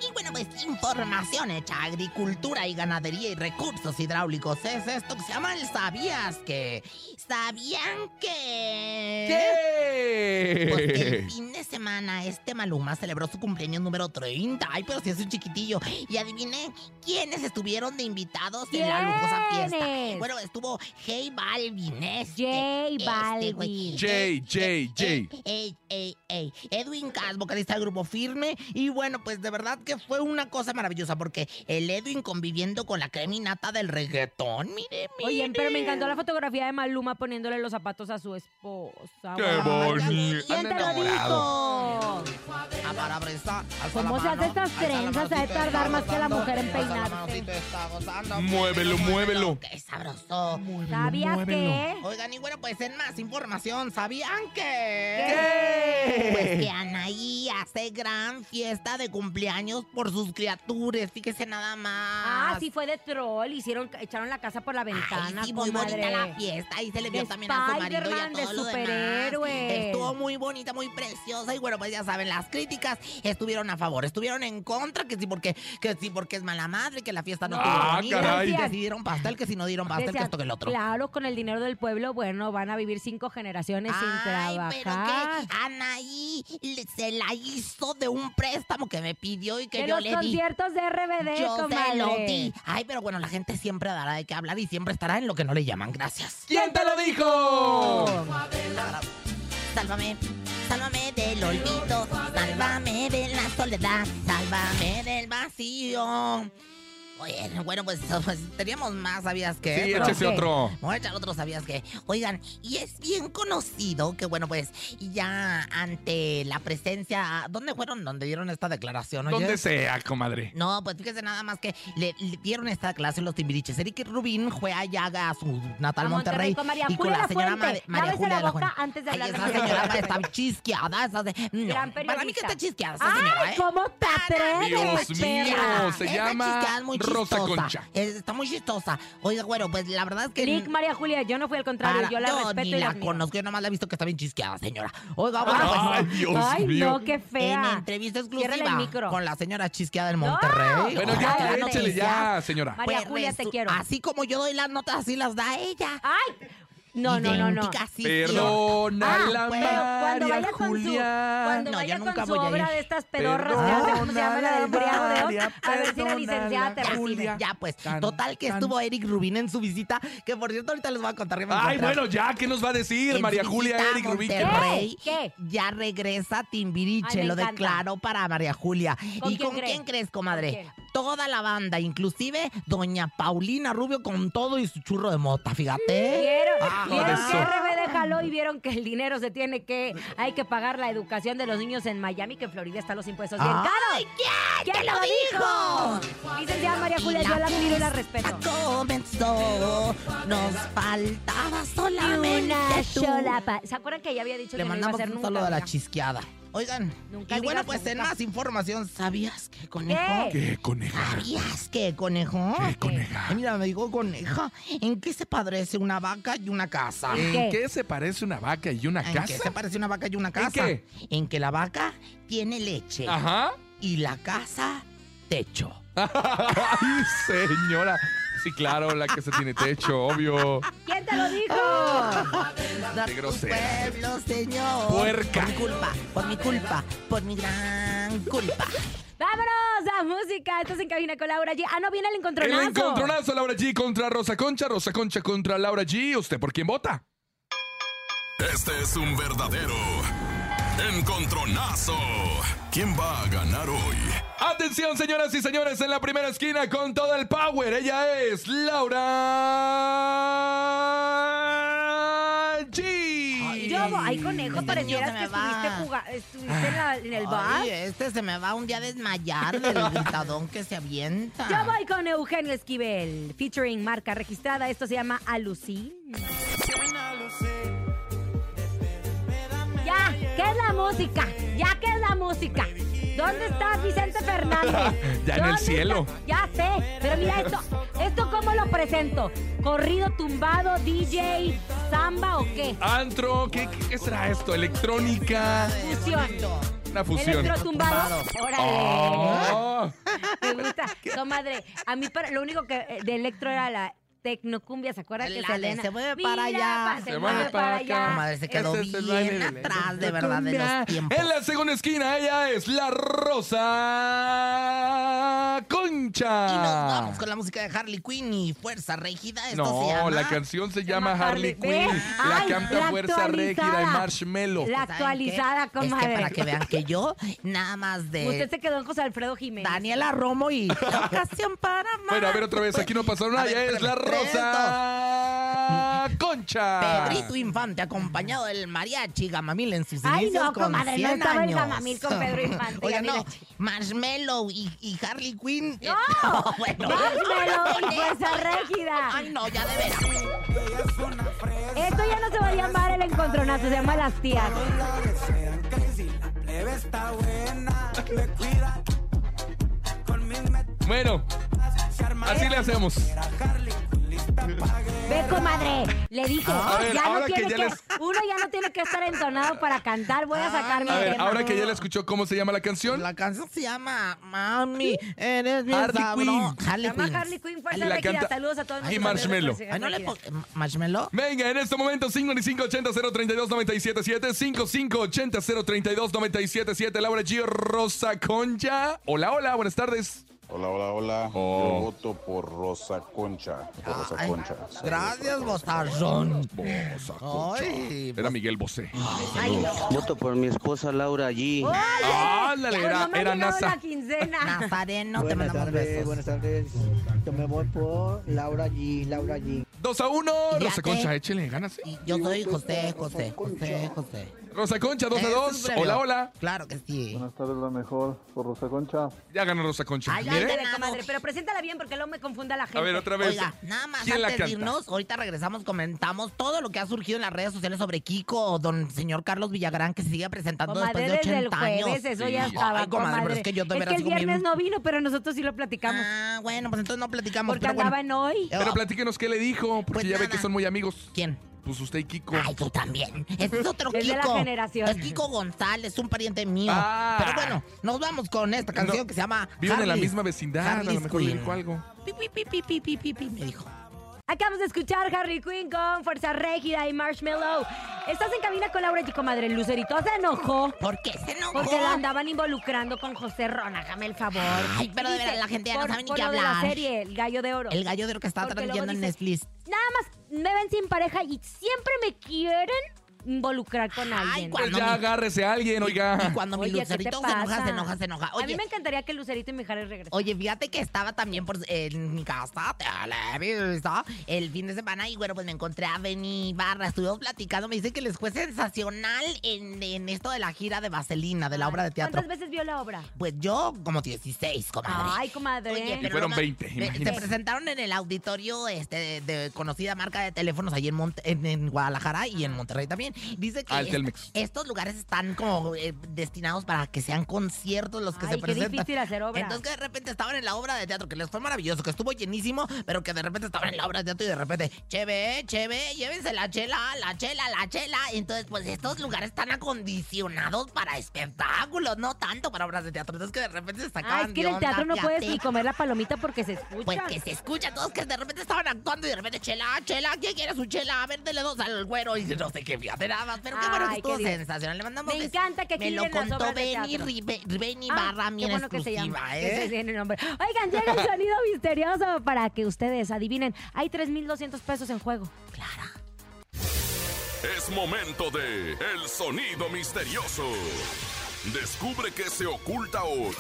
Speaker 3: Y bueno, pues información hecha a agricultura y ganadería y recursos hidráulicos. Es esto que se llama el ¿Sabías que? ¿Sabían que? ¿Eh? Pues que
Speaker 4: ¿Qué?
Speaker 3: el fin de semana este Maluma celebró su cumpleaños número 30. Ay, pero si es un chiquitillo. Y adiviné quiénes estuvieron de invitados en la lujosa fiesta.
Speaker 2: ¿Quiénes?
Speaker 3: Bueno, estuvo Hey Balvin, este,
Speaker 2: J
Speaker 3: este güey.
Speaker 2: Balvin.
Speaker 4: J,
Speaker 3: Ey,
Speaker 4: J,
Speaker 3: ey,
Speaker 4: J.
Speaker 3: ey, ey, ey, ey. Edwin Cas, vocalista del grupo Firme. Y bueno, pues de verdad que fue una cosa maravillosa porque el Edwin conviviendo con la creminata del reggaetón. Mire, mire.
Speaker 2: Oye, pero me encantó la fotografía de Maluma poniéndole los zapatos a su esposa.
Speaker 3: Ah,
Speaker 4: Qué
Speaker 2: Guau.
Speaker 4: bonito.
Speaker 2: ¿Quién te lo
Speaker 3: enamorado.
Speaker 2: dijo?
Speaker 3: A para prestar, alza
Speaker 2: ¿Cómo
Speaker 3: la
Speaker 2: se hace
Speaker 3: mano,
Speaker 2: estas
Speaker 3: alza la
Speaker 2: trenzas?
Speaker 3: mano si
Speaker 2: Ha de
Speaker 3: te
Speaker 2: tardar
Speaker 3: está
Speaker 2: más que la
Speaker 3: gozando,
Speaker 2: mujer en
Speaker 3: alza la mano
Speaker 2: peinarse.
Speaker 3: si te está gozando,
Speaker 4: Muévelo, muévelo.
Speaker 3: Qué sabroso.
Speaker 2: ¿Sabías qué?
Speaker 3: Oigan, y bueno, pues en más información, ¿sabían que? Pues que
Speaker 4: ¿Qué?
Speaker 3: Anaí hace gran fiesta de cumpleaños por sus criaturas, fíjese nada más.
Speaker 2: Ah, sí, fue de troll. Hicieron, echaron la casa por la
Speaker 3: Ay,
Speaker 2: ventana,
Speaker 3: sí, muy
Speaker 2: comadre.
Speaker 3: bonita la fiesta y se le vio
Speaker 2: De
Speaker 3: también a su marido y a
Speaker 2: Spider-Man, de
Speaker 3: todo lo demás.
Speaker 2: superhéroes.
Speaker 3: Estuvo muy bonita, muy preciosa y bueno, pues ya saben, las críticas estuvieron a favor, estuvieron en contra, que sí porque que sí porque es mala madre, que la fiesta no
Speaker 4: No.
Speaker 3: estuvo
Speaker 4: Ah,
Speaker 3: bonita,
Speaker 4: caray.
Speaker 3: que si dieron pastel, que si no dieron pastel, que
Speaker 2: Decían,
Speaker 3: esto que el otro.
Speaker 2: Claro, con el dinero del pueblo, bueno, van a vivir cinco generaciones sin trabajar.
Speaker 3: pero que Anaí le- se la hizo de un préstamo que me pidió y que
Speaker 2: de
Speaker 3: yo
Speaker 2: los
Speaker 3: le di.
Speaker 2: conciertos de RBD,
Speaker 3: Yo
Speaker 2: comadre.
Speaker 3: se lo di. Ay, pero bueno, la gente siempre dará de qué hablar y siempre estará en lo que no le llaman. Gracias.
Speaker 4: ¿Quién te lo dijo?
Speaker 3: Sálvame, sálvame del olvido, sálvame de la soledad, sálvame del vacío. Oye, bueno, pues, pues, teníamos más, ¿sabías qué?
Speaker 4: Sí,
Speaker 3: Pero-
Speaker 4: échese
Speaker 2: ¿qué?
Speaker 4: otro.
Speaker 3: Voy a echar otro, ¿sabías qué? Oigan, y es bien conocido que, bueno, pues, ya ante la presencia... ¿Dónde fueron donde dieron esta declaración? oye?
Speaker 4: Donde sea, comadre.
Speaker 3: No, pues fíjese nada más que le, le dieron esta clase los timbiriches. Eric Rubín fue allá a su natal
Speaker 2: A
Speaker 3: Monterrey,
Speaker 2: Monterrey con María
Speaker 3: y con
Speaker 2: Julia
Speaker 3: la
Speaker 2: La
Speaker 3: señora Ma-
Speaker 2: Fuente.
Speaker 3: María
Speaker 2: Lávese
Speaker 3: Julia
Speaker 2: la
Speaker 3: de la
Speaker 2: boca
Speaker 3: Fuente.
Speaker 2: antes de
Speaker 3: Ay,
Speaker 2: hablar de
Speaker 3: esa
Speaker 2: María
Speaker 3: señora
Speaker 2: Julia.
Speaker 3: está chisqueada, esa de- no,
Speaker 2: Gran
Speaker 3: para mí que
Speaker 2: periodista.
Speaker 3: está chisqueada esa señora,
Speaker 2: ¡Ay,
Speaker 3: ¿eh?
Speaker 2: cómo te atreves,
Speaker 4: Dios
Speaker 2: perra!
Speaker 4: mío, se
Speaker 3: Esa
Speaker 4: llama
Speaker 3: chisqueada es muy
Speaker 4: Rosa
Speaker 3: chistosa.
Speaker 4: Concha.
Speaker 3: Es- está muy chistosa. Oiga, bueno, pues la verdad es que...
Speaker 2: Nick, María Julia, yo no fui al contrario,
Speaker 3: para-
Speaker 2: yo la
Speaker 3: no,
Speaker 2: respeto
Speaker 3: ni
Speaker 2: y la,
Speaker 3: la
Speaker 2: admiro.
Speaker 3: conozco, yo nomás la he visto que está bien chisqueada, señora. Oiga, bueno, pues...
Speaker 4: Ay, Dios
Speaker 2: Ay,
Speaker 4: mío.
Speaker 2: no, qué
Speaker 3: En
Speaker 2: fea.
Speaker 3: entrevista
Speaker 2: Ciérrale el
Speaker 3: exclusiva
Speaker 2: micro.
Speaker 3: con la señora chisqueada del Monterrey.
Speaker 4: Bueno,
Speaker 3: Ojalá
Speaker 4: ya,
Speaker 2: Ay,
Speaker 3: la
Speaker 4: échale
Speaker 3: noticia.
Speaker 4: ya, señora.
Speaker 2: María
Speaker 3: Pues
Speaker 2: Julia, te
Speaker 3: resu-
Speaker 2: quiero.
Speaker 3: Así como yo doy las notas, así las da ella.
Speaker 2: ¡Ay! No, no, no, no.
Speaker 3: Idéntica, sí,
Speaker 4: Perdona
Speaker 3: Ah,
Speaker 4: la
Speaker 3: bueno,
Speaker 2: Cuando
Speaker 4: María
Speaker 2: vaya con su,
Speaker 4: Julia.
Speaker 2: cuando
Speaker 3: No,
Speaker 2: vaya
Speaker 3: yo nunca
Speaker 2: con su
Speaker 3: voy a
Speaker 2: obra
Speaker 3: ir.
Speaker 2: de estas pedorras que hace, ¿cómo se llama la del briago de hoy? A ver si la licenciada te
Speaker 3: Ya,
Speaker 2: recibe.
Speaker 3: sí, ya, pues, total que estuvo Eric Rubin en su visita, que por cierto ahorita les voy a contar que me
Speaker 4: Ay,
Speaker 3: encontré.
Speaker 4: bueno, ya, ¿qué nos va a decir
Speaker 3: En
Speaker 4: María
Speaker 3: su
Speaker 4: Julia,
Speaker 3: visita a
Speaker 4: Eric Rubín? ¿Qué
Speaker 3: Monterrey.
Speaker 4: pasó?
Speaker 2: ¿Qué? ¿Qué?
Speaker 3: Ya regresa
Speaker 2: Ay,
Speaker 3: Timbiriche,
Speaker 2: me
Speaker 3: lo
Speaker 2: encanta.
Speaker 3: declaró para María Julia.
Speaker 2: ¿Con
Speaker 3: ¿Y
Speaker 2: quién
Speaker 3: con
Speaker 2: crees?
Speaker 3: quién crees, comadre?
Speaker 2: ¿Con
Speaker 3: Toda la banda, inclusive doña Paulina Rubio con todo y su churro de mota, fíjate.
Speaker 2: Vieron,
Speaker 3: Ah,
Speaker 2: vieron
Speaker 4: eso.
Speaker 2: que RBD jaló y vieron que el dinero se tiene que, hay que pagar la educación de los niños en Miami, que en Florida están los impuestos bien
Speaker 3: Ay,
Speaker 2: caros.
Speaker 3: ¿quién te lo dijo?
Speaker 2: Licenciada María Julia, yo la admiro y la respeto.
Speaker 3: fiesta comenzó, nos faltaba solamente
Speaker 2: Una
Speaker 3: tú.
Speaker 2: sola pa- ¿Se acuerdan que ella había dicho
Speaker 3: Le
Speaker 2: que no iba a
Speaker 3: mandamos
Speaker 2: ser
Speaker 3: un
Speaker 2: nunca?
Speaker 3: saludo a la
Speaker 2: ¿verdad?
Speaker 3: chisqueada. Oigan,
Speaker 2: Nunca
Speaker 3: y bueno,
Speaker 2: digas
Speaker 3: pues en
Speaker 2: nunca.
Speaker 3: más información, ¿sabías que conejo?
Speaker 2: ¿Qué?
Speaker 4: ¿Qué, coneja?
Speaker 3: ¿Sabías qué, conejo?
Speaker 4: ¿Qué, coneja?
Speaker 3: Ay, Mira, me digo, coneja, ¿en qué se parece una vaca y una casa?
Speaker 2: ¿En
Speaker 4: ¿En
Speaker 2: qué?
Speaker 4: qué se parece una vaca y una
Speaker 3: ¿En qué se
Speaker 4: casa?
Speaker 3: parece una vaca y una casa?
Speaker 4: qué?
Speaker 3: En que la vaca tiene leche
Speaker 4: Ajá. [laughs]
Speaker 3: y la casa, techo.
Speaker 4: Ay, señora. Sí, claro, la que se tiene techo, obvio.
Speaker 2: ¿Quién te lo
Speaker 3: Ah.
Speaker 2: dijo?
Speaker 4: ¡Oh! Qué grosera.
Speaker 3: Pueblo, señor.
Speaker 4: Puerca.
Speaker 3: Por mi culpa, por mi culpa, por mi gran culpa.
Speaker 2: ¡Vámonos a música! Estás en cabina con Laura G. Ah, no, viene el encontronazo.
Speaker 4: El encontronazo, Laura G contra Rosa Concha, Rosa Concha contra Laura G. ¿Usted por quién vota?
Speaker 1: Este es un verdadero encontronazo. ¿Quién va a ganar hoy?
Speaker 4: Atención, señoras y señores, en la primera esquina con todo el power. Ella es Laura G.
Speaker 2: Yo, ay, conejo,
Speaker 3: Este
Speaker 2: parecieras
Speaker 3: niño
Speaker 2: que
Speaker 3: se me va.
Speaker 2: estuviste, juga- estuviste en, la- en el bar.
Speaker 3: Ay, este se me va un día a desmayar del gritadón que se avienta.
Speaker 2: Yo voy con Eugenio Esquivel, featuring marca registrada. Esto se llama Alucín. Ya, ¿qué es la música? Ya, ¿qué es la música? ¿Dónde está Vicente Fernández?
Speaker 4: Ya en el
Speaker 2: ¿Dónde
Speaker 4: cielo.
Speaker 2: está? Ya sé, pero mira esto. ¿Esto cómo lo presento? ¿Corrido, tumbado, DJ, samba o qué?
Speaker 4: Antro, ¿qué, qué- qué será esto? Electrónica,
Speaker 2: Fusión.
Speaker 4: una fusión. Ah.
Speaker 2: Electrotumbado. Órale.
Speaker 4: Oh,
Speaker 2: Me gusta. Comadre, a mí para- lo único que eh, de electro era la tecnocumbia, ¿se acuerda que
Speaker 3: La de
Speaker 2: Selena?
Speaker 3: se mueve
Speaker 2: Mira,
Speaker 3: para allá.
Speaker 2: pa- Se,
Speaker 4: Se
Speaker 2: mueve,
Speaker 4: mueve
Speaker 2: para
Speaker 4: para
Speaker 2: allá.
Speaker 3: Comadre, se quedó
Speaker 4: Ese es el baile
Speaker 3: bien
Speaker 4: de la
Speaker 3: atrás, de verdad, de los tiempos.
Speaker 4: en la segunda esquina, ella es la Rosa Concha.
Speaker 3: Y nos vamos con la música de Harley Quinn y Fuerza Regida. Esto se
Speaker 4: Ah. No,
Speaker 3: llama...
Speaker 4: la canción se llama
Speaker 2: llama
Speaker 4: Harley
Speaker 2: Harley-
Speaker 4: Quinn.
Speaker 2: ¿Ves?
Speaker 4: La
Speaker 2: Ay,
Speaker 4: canta
Speaker 2: la
Speaker 4: Fuerza Régida y
Speaker 2: actualizada. La
Speaker 4: Marshmello.
Speaker 3: ¿Saben qué?
Speaker 2: actualizada,
Speaker 3: Es que
Speaker 2: comadre.
Speaker 3: para que vean que yo nada más de...
Speaker 2: Usted se quedó en José Alfredo Jiménez.
Speaker 3: Daniela Romo
Speaker 4: [laughs]
Speaker 3: y ocasión para más.
Speaker 4: Bueno, a ver otra vez, aquí no pasaron
Speaker 3: A
Speaker 4: nada,
Speaker 3: ver,
Speaker 4: ya es la
Speaker 3: espérame, tres,
Speaker 4: Rosa Concha.
Speaker 3: Pedrito Infante acompañado del mariachi Gamamil en sus
Speaker 2: Ay,
Speaker 3: inicios
Speaker 2: no,
Speaker 3: con
Speaker 2: comadre, no
Speaker 3: 100
Speaker 2: estaba el
Speaker 3: años.
Speaker 2: Gamamil con Pedro Infante
Speaker 3: [laughs]
Speaker 2: y
Speaker 3: Oiga, no,
Speaker 2: Mariachi.
Speaker 3: Marshmallow y, y Harley Quinn. [laughs] eh,
Speaker 2: [laughs] ¡No!
Speaker 3: bueno. [laughs]
Speaker 2: Dámelo y Fuerza Régida.
Speaker 3: Ay, no, ya de veras.
Speaker 2: Esto ya no se va a llamar el encontronazo, se llama Las Tías.
Speaker 4: Bueno, así le hacemos.
Speaker 2: Ve, comadre, le dije,
Speaker 4: A ver,
Speaker 2: ya no
Speaker 4: ahora que
Speaker 2: tiene que,
Speaker 4: ya les-
Speaker 2: uno ya no tiene que estar entonado para cantar, voy a
Speaker 3: Ah.
Speaker 2: sacarme
Speaker 4: A
Speaker 2: el
Speaker 4: ver,
Speaker 2: tema.
Speaker 4: ahora que ya la escuchó, ¿cómo se llama la canción?
Speaker 3: La canción se llama Mami, eres mi
Speaker 4: Harley
Speaker 3: sabro.
Speaker 4: Quinn.
Speaker 2: Se
Speaker 3: Harley
Speaker 2: llama
Speaker 3: Quinn.
Speaker 2: Harley Quinn, Fuerza
Speaker 4: Y la
Speaker 2: Régida.
Speaker 4: canta-
Speaker 2: Saludos a todos
Speaker 4: Y
Speaker 2: nuestros amigos de
Speaker 4: Marshmello.
Speaker 2: Fuerza
Speaker 3: Ay, no le
Speaker 2: Régida.
Speaker 3: po- ¿Marshmallow?
Speaker 4: Venga, en este momento 5580-032-977-5580-032-977 Laura G. Rosa Concha. Hola, hola, buenas tardes.
Speaker 12: Hola, hola, hola. Yo
Speaker 4: Oh.
Speaker 12: voto por Rosa Concha. Por Rosa
Speaker 3: Ay,
Speaker 12: Concha.
Speaker 3: Gracias, Bostazón.
Speaker 4: Rosa Concha.
Speaker 3: Ay,
Speaker 4: Era Miguel Bosé.
Speaker 13: Voto por mi esposa Laura allí.
Speaker 4: Ándale,
Speaker 2: Pues
Speaker 4: era,
Speaker 2: no me ha
Speaker 4: era
Speaker 2: llegado
Speaker 4: NASA.
Speaker 2: la
Speaker 3: [laughs]
Speaker 2: quincena.
Speaker 3: Nazareno, te mandamos besos.
Speaker 13: buenas tardes. Yo me voy por Laura allí, Laura allí.
Speaker 4: 2 a 1.
Speaker 3: Ya
Speaker 4: Rosa
Speaker 3: te-
Speaker 4: Concha, échele, ganas.
Speaker 3: Y yo soy José, José, José, José.
Speaker 4: Rosa Concha, 2 a
Speaker 3: Ese es
Speaker 4: 2.
Speaker 3: premio.
Speaker 4: Hola, hola.
Speaker 3: Claro que sí.
Speaker 10: Buenas tardes, la mejor, por Rosa Concha.
Speaker 4: Ya ganó Rosa Concha.
Speaker 3: Ay,
Speaker 4: Mire.
Speaker 3: ay,
Speaker 2: Ándale, comadre, pero preséntala bien porque luego me confunda la gente.
Speaker 4: ¿Eh? A ver, otra vez.
Speaker 3: Oiga, nada más
Speaker 4: ¿Quién la
Speaker 3: antes de
Speaker 4: canta?
Speaker 3: irnos, ahorita regresamos, comentamos todo lo que ha surgido en las redes sociales sobre Kiko, don señor Carlos Villagrán, que se sigue presentando
Speaker 2: Comadre,
Speaker 3: después pues, de
Speaker 2: desde el
Speaker 3: 80
Speaker 2: jueves,
Speaker 3: años.
Speaker 2: eso
Speaker 4: Sí.
Speaker 2: ya
Speaker 4: Ay,
Speaker 2: estaba,
Speaker 3: comadre, pero es que yo de veras
Speaker 2: el
Speaker 3: digo,
Speaker 2: viernes
Speaker 3: miren-
Speaker 2: no vino, pero nosotros sí lo platicamos.
Speaker 3: Ah, bueno, pues entonces no platicamos.
Speaker 2: porque
Speaker 3: pero bueno.
Speaker 2: andaba en hoy.
Speaker 3: Eh,
Speaker 4: Pero platíquenos qué le dijo, porque
Speaker 3: Pues
Speaker 4: ya ve
Speaker 3: nada.
Speaker 4: que son muy amigos.
Speaker 3: ¿Quién?
Speaker 4: Pues usted y Kiko.
Speaker 3: Ay, tú también. Ese es otro
Speaker 2: Es de
Speaker 3: Kiko.
Speaker 2: la generación.
Speaker 3: Es Kiko González, un pariente mío.
Speaker 4: Ah.
Speaker 3: Pero bueno, nos vamos con esta canción
Speaker 4: No,
Speaker 3: que se llama.
Speaker 4: Viven en la
Speaker 3: Harley-
Speaker 4: misma vecindad, a
Speaker 3: Harley's
Speaker 4: lo mejor le
Speaker 3: Quinn.
Speaker 4: dijo algo.
Speaker 3: Pi, pi, pi, pi, pi, pi, pi, me dijo.
Speaker 2: Acabamos de escuchar Harry Quinn con Fuerza Régida y Marshmallow. Estás en cabina con Laura y comadre. El lucerito se enojó
Speaker 3: ¿Por qué se enojó?
Speaker 2: porque la andaban involucrando con José Ron. Hágame el favor.
Speaker 3: Oh. Ay, pero de
Speaker 2: Dice,
Speaker 3: verdad, la gente ya no
Speaker 2: por-
Speaker 3: sabe ni
Speaker 2: por
Speaker 3: qué
Speaker 2: lo de
Speaker 3: hablar.
Speaker 2: la serie, El Gallo de Oro.
Speaker 3: El gallo de lo que estaba
Speaker 2: Porque luego
Speaker 3: transmitiendo en
Speaker 2: dice,
Speaker 3: Netflix.
Speaker 2: Nada más me ven sin pareja y siempre me quieren involucrar con
Speaker 3: Ay,
Speaker 2: alguien.
Speaker 3: cuando
Speaker 4: Pues ya
Speaker 3: mi-
Speaker 4: agárrese a alguien,
Speaker 3: Y
Speaker 4: oiga.
Speaker 3: cuando mi
Speaker 2: Oye, ¿qué te
Speaker 3: lucerito se
Speaker 2: pasa?
Speaker 3: enoja, se enoja, se enoja.
Speaker 2: A mí
Speaker 3: Oye,
Speaker 2: me encantaría que Lucerito y Mijares regresen.
Speaker 3: oye, fíjate que estaba también por, en mi casa, televisa, el fin de semana. Y bueno, pues me encontré a Benny Barra. Estuvimos platicando. Me dice que les fue sensacional en, en esto de la gira de Vaselina, de la obra de teatro.
Speaker 2: ¿Cuántas veces vio la obra?
Speaker 3: Pues yo, como 16, comadre.
Speaker 2: Ay, comadre.
Speaker 3: Oye, pero
Speaker 4: fueron
Speaker 3: no-
Speaker 4: 20,
Speaker 3: eh, Se
Speaker 4: imagínate.
Speaker 3: presentaron en el auditorio este, de, de conocida marca de teléfonos ahí en, Monte- en, en Guadalajara y en Monterrey también. bien. Dice que
Speaker 4: Al Ah, Telmex.
Speaker 3: estos lugares están como eh, destinados para que sean conciertos los que
Speaker 2: Ay,
Speaker 3: se
Speaker 2: qué
Speaker 3: presentan.
Speaker 2: difícil hacer obra.
Speaker 3: Entonces que de repente estaban en la obra de teatro, que les fue maravilloso, que estuvo llenísimo, pero que de repente estaban en la obra de teatro y de repente, cheve, cheve, llévense la chela, la chela, la chela. Entonces, pues estos lugares están acondicionados para espectáculos, no tanto para obras de teatro. Entonces que de repente se sacaban
Speaker 2: Ah, es que
Speaker 3: de
Speaker 2: en el
Speaker 3: onda,
Speaker 2: teatro no
Speaker 3: fíjate.
Speaker 2: puedes ni comer la palomita porque se escucha. Ah,
Speaker 3: Pues que se escucha, todos que de repente estaban actuando y de repente, chela, chela, ¿quién quiere su chela? A ver, dele dos al güero y no sé qué, fíjate nada más. Pero qué bueno que
Speaker 2: Ay, qué
Speaker 3: estuvo
Speaker 2: bien.
Speaker 3: sensacional. Le mandamos
Speaker 2: Me
Speaker 3: bes-
Speaker 2: encanta que aquí
Speaker 3: Me lo
Speaker 2: vienen las
Speaker 3: contó
Speaker 2: obras de
Speaker 3: Benny,
Speaker 2: teatro.
Speaker 3: Ribe- Benny
Speaker 2: Ah,
Speaker 3: Barra,
Speaker 2: qué
Speaker 3: mira,
Speaker 2: bueno que se llama.
Speaker 3: exclusiva,
Speaker 2: que
Speaker 3: ¿eh?
Speaker 2: se tiene el nombre. Oigan, llega el sonido misterioso para que ustedes adivinen. Hay 3.200 pesos en juego.
Speaker 1: Es momento de El sonido misterioso. Descubre qué se oculta hoy.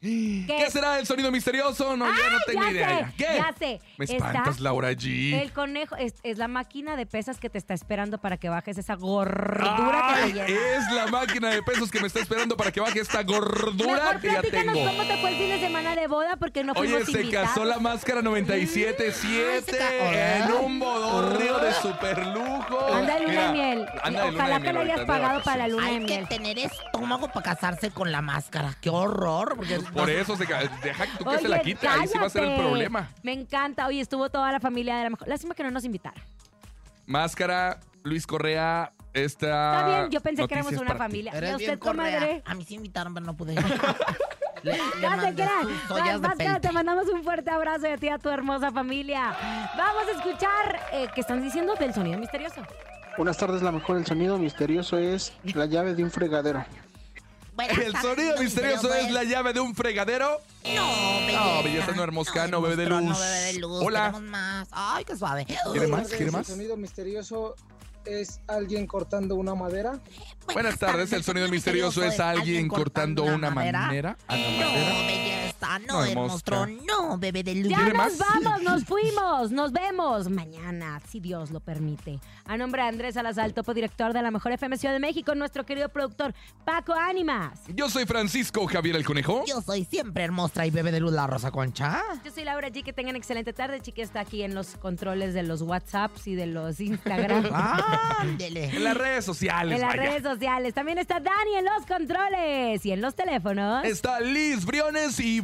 Speaker 4: ¿Qué? será el sonido misterioso? No, ya no tengo
Speaker 2: ya
Speaker 4: idea.
Speaker 2: sé,
Speaker 4: ya. ¿Qué?
Speaker 2: ya sé.
Speaker 4: Me
Speaker 2: Está
Speaker 4: espantas, Laura G.
Speaker 2: El conejo es, es la máquina de pesas que te está esperando para que bajes esa gordura
Speaker 4: Ay,
Speaker 2: que te llena.
Speaker 4: es la máquina de pesos que me está esperando para que baje esta gordura
Speaker 2: Mejor
Speaker 4: que ya
Speaker 2: platícanos
Speaker 4: tengo.
Speaker 2: cómo te fue el fin de semana de boda porque no
Speaker 4: Oye,
Speaker 2: fuimos
Speaker 4: se
Speaker 2: invitados.
Speaker 4: casó la máscara 97.7 en un bodorrio de superlujo.
Speaker 2: Anda de luna
Speaker 4: Mira,
Speaker 2: de miel.
Speaker 4: Anda de luna
Speaker 2: Ojalá
Speaker 4: de
Speaker 2: que
Speaker 4: miel
Speaker 2: lo hayas
Speaker 4: ahorita, anda de
Speaker 2: pagado para la luna de
Speaker 3: Hay que
Speaker 2: miel.
Speaker 3: tener estómago para casarse con la máscara. ¡Qué horror! Porque
Speaker 4: Por eso se ca- deja que tú que se la quite, ahí sí va a ser el
Speaker 2: cállate.
Speaker 4: problema.
Speaker 2: Me encanta. Oye, estuvo toda la familia de la mejor. Lástima que no nos invitaron.
Speaker 4: Máscara, Luis Correa, esta.
Speaker 2: Está bien, yo pensé que éramos
Speaker 4: noticia
Speaker 2: una
Speaker 4: es Ah, para ti.
Speaker 2: familia. ¿Y
Speaker 3: Eres
Speaker 2: usted,
Speaker 3: bien correa.
Speaker 2: comadre?
Speaker 3: A mí sí invitaron, pero
Speaker 2: [laughs]
Speaker 3: no pude. le
Speaker 2: No te
Speaker 3: mandé
Speaker 2: creas.
Speaker 3: sus
Speaker 2: Más-
Speaker 3: ollas de
Speaker 2: más que nada,
Speaker 3: peltre.
Speaker 2: te mandamos un fuerte abrazo de ti a tu hermosa familia. Vamos a escuchar eh, qué están diciendo del sonido misterioso.
Speaker 10: Buenas tardes, la mejor el sonido misterioso es la llave de un fregadero.
Speaker 3: Buenas
Speaker 4: El
Speaker 3: tardes,
Speaker 4: sonido
Speaker 3: no,
Speaker 4: misterioso es
Speaker 3: pero pues,
Speaker 4: la llave de un fregadero.
Speaker 3: No, belleza.
Speaker 4: No, belleza no hermosca, no bebe de
Speaker 3: monstruo,
Speaker 4: luz.
Speaker 3: No bebe de luz.
Speaker 4: Hola.
Speaker 3: Queremos más. Ay, qué suave.
Speaker 4: ¿Quiere más?
Speaker 14: Tardes,
Speaker 4: ¿Quiere
Speaker 14: el
Speaker 4: más?
Speaker 14: sonido misterioso es alguien cortando una madera.
Speaker 4: Buenas tardes, el sonido misterioso es alguien cortando una manera. ¿A la
Speaker 3: No,
Speaker 4: madera?
Speaker 3: belleza, no,
Speaker 4: No,
Speaker 3: el
Speaker 4: hermosca.
Speaker 3: monstruo, no, bebe de luz.
Speaker 2: Ya
Speaker 4: ¿Quiere
Speaker 2: nos
Speaker 4: más?
Speaker 2: vamos, nos fuimos, nos vemos mañana, si Dios lo permite. A nombre de Andrés Salazar, topo director de la Mejor FM Ciudad de México, nuestro querido productor Paco Ánimas.
Speaker 4: Yo soy Francisco Javier el Conejo.
Speaker 3: Yo soy siempre hermosa y bebe de luz la rosa concha.
Speaker 2: Yo soy Laura G, que tengan excelente tarde. Chiqui está aquí en los controles de los WhatsApps y de los
Speaker 4: [laughs]
Speaker 2: Instagram.
Speaker 3: 아, Ándele.
Speaker 4: En las redes sociales,
Speaker 2: En las
Speaker 4: vaya.
Speaker 2: redes sociales. También está Dani en los controles y en los teléfonos.
Speaker 4: Está Liz Briones y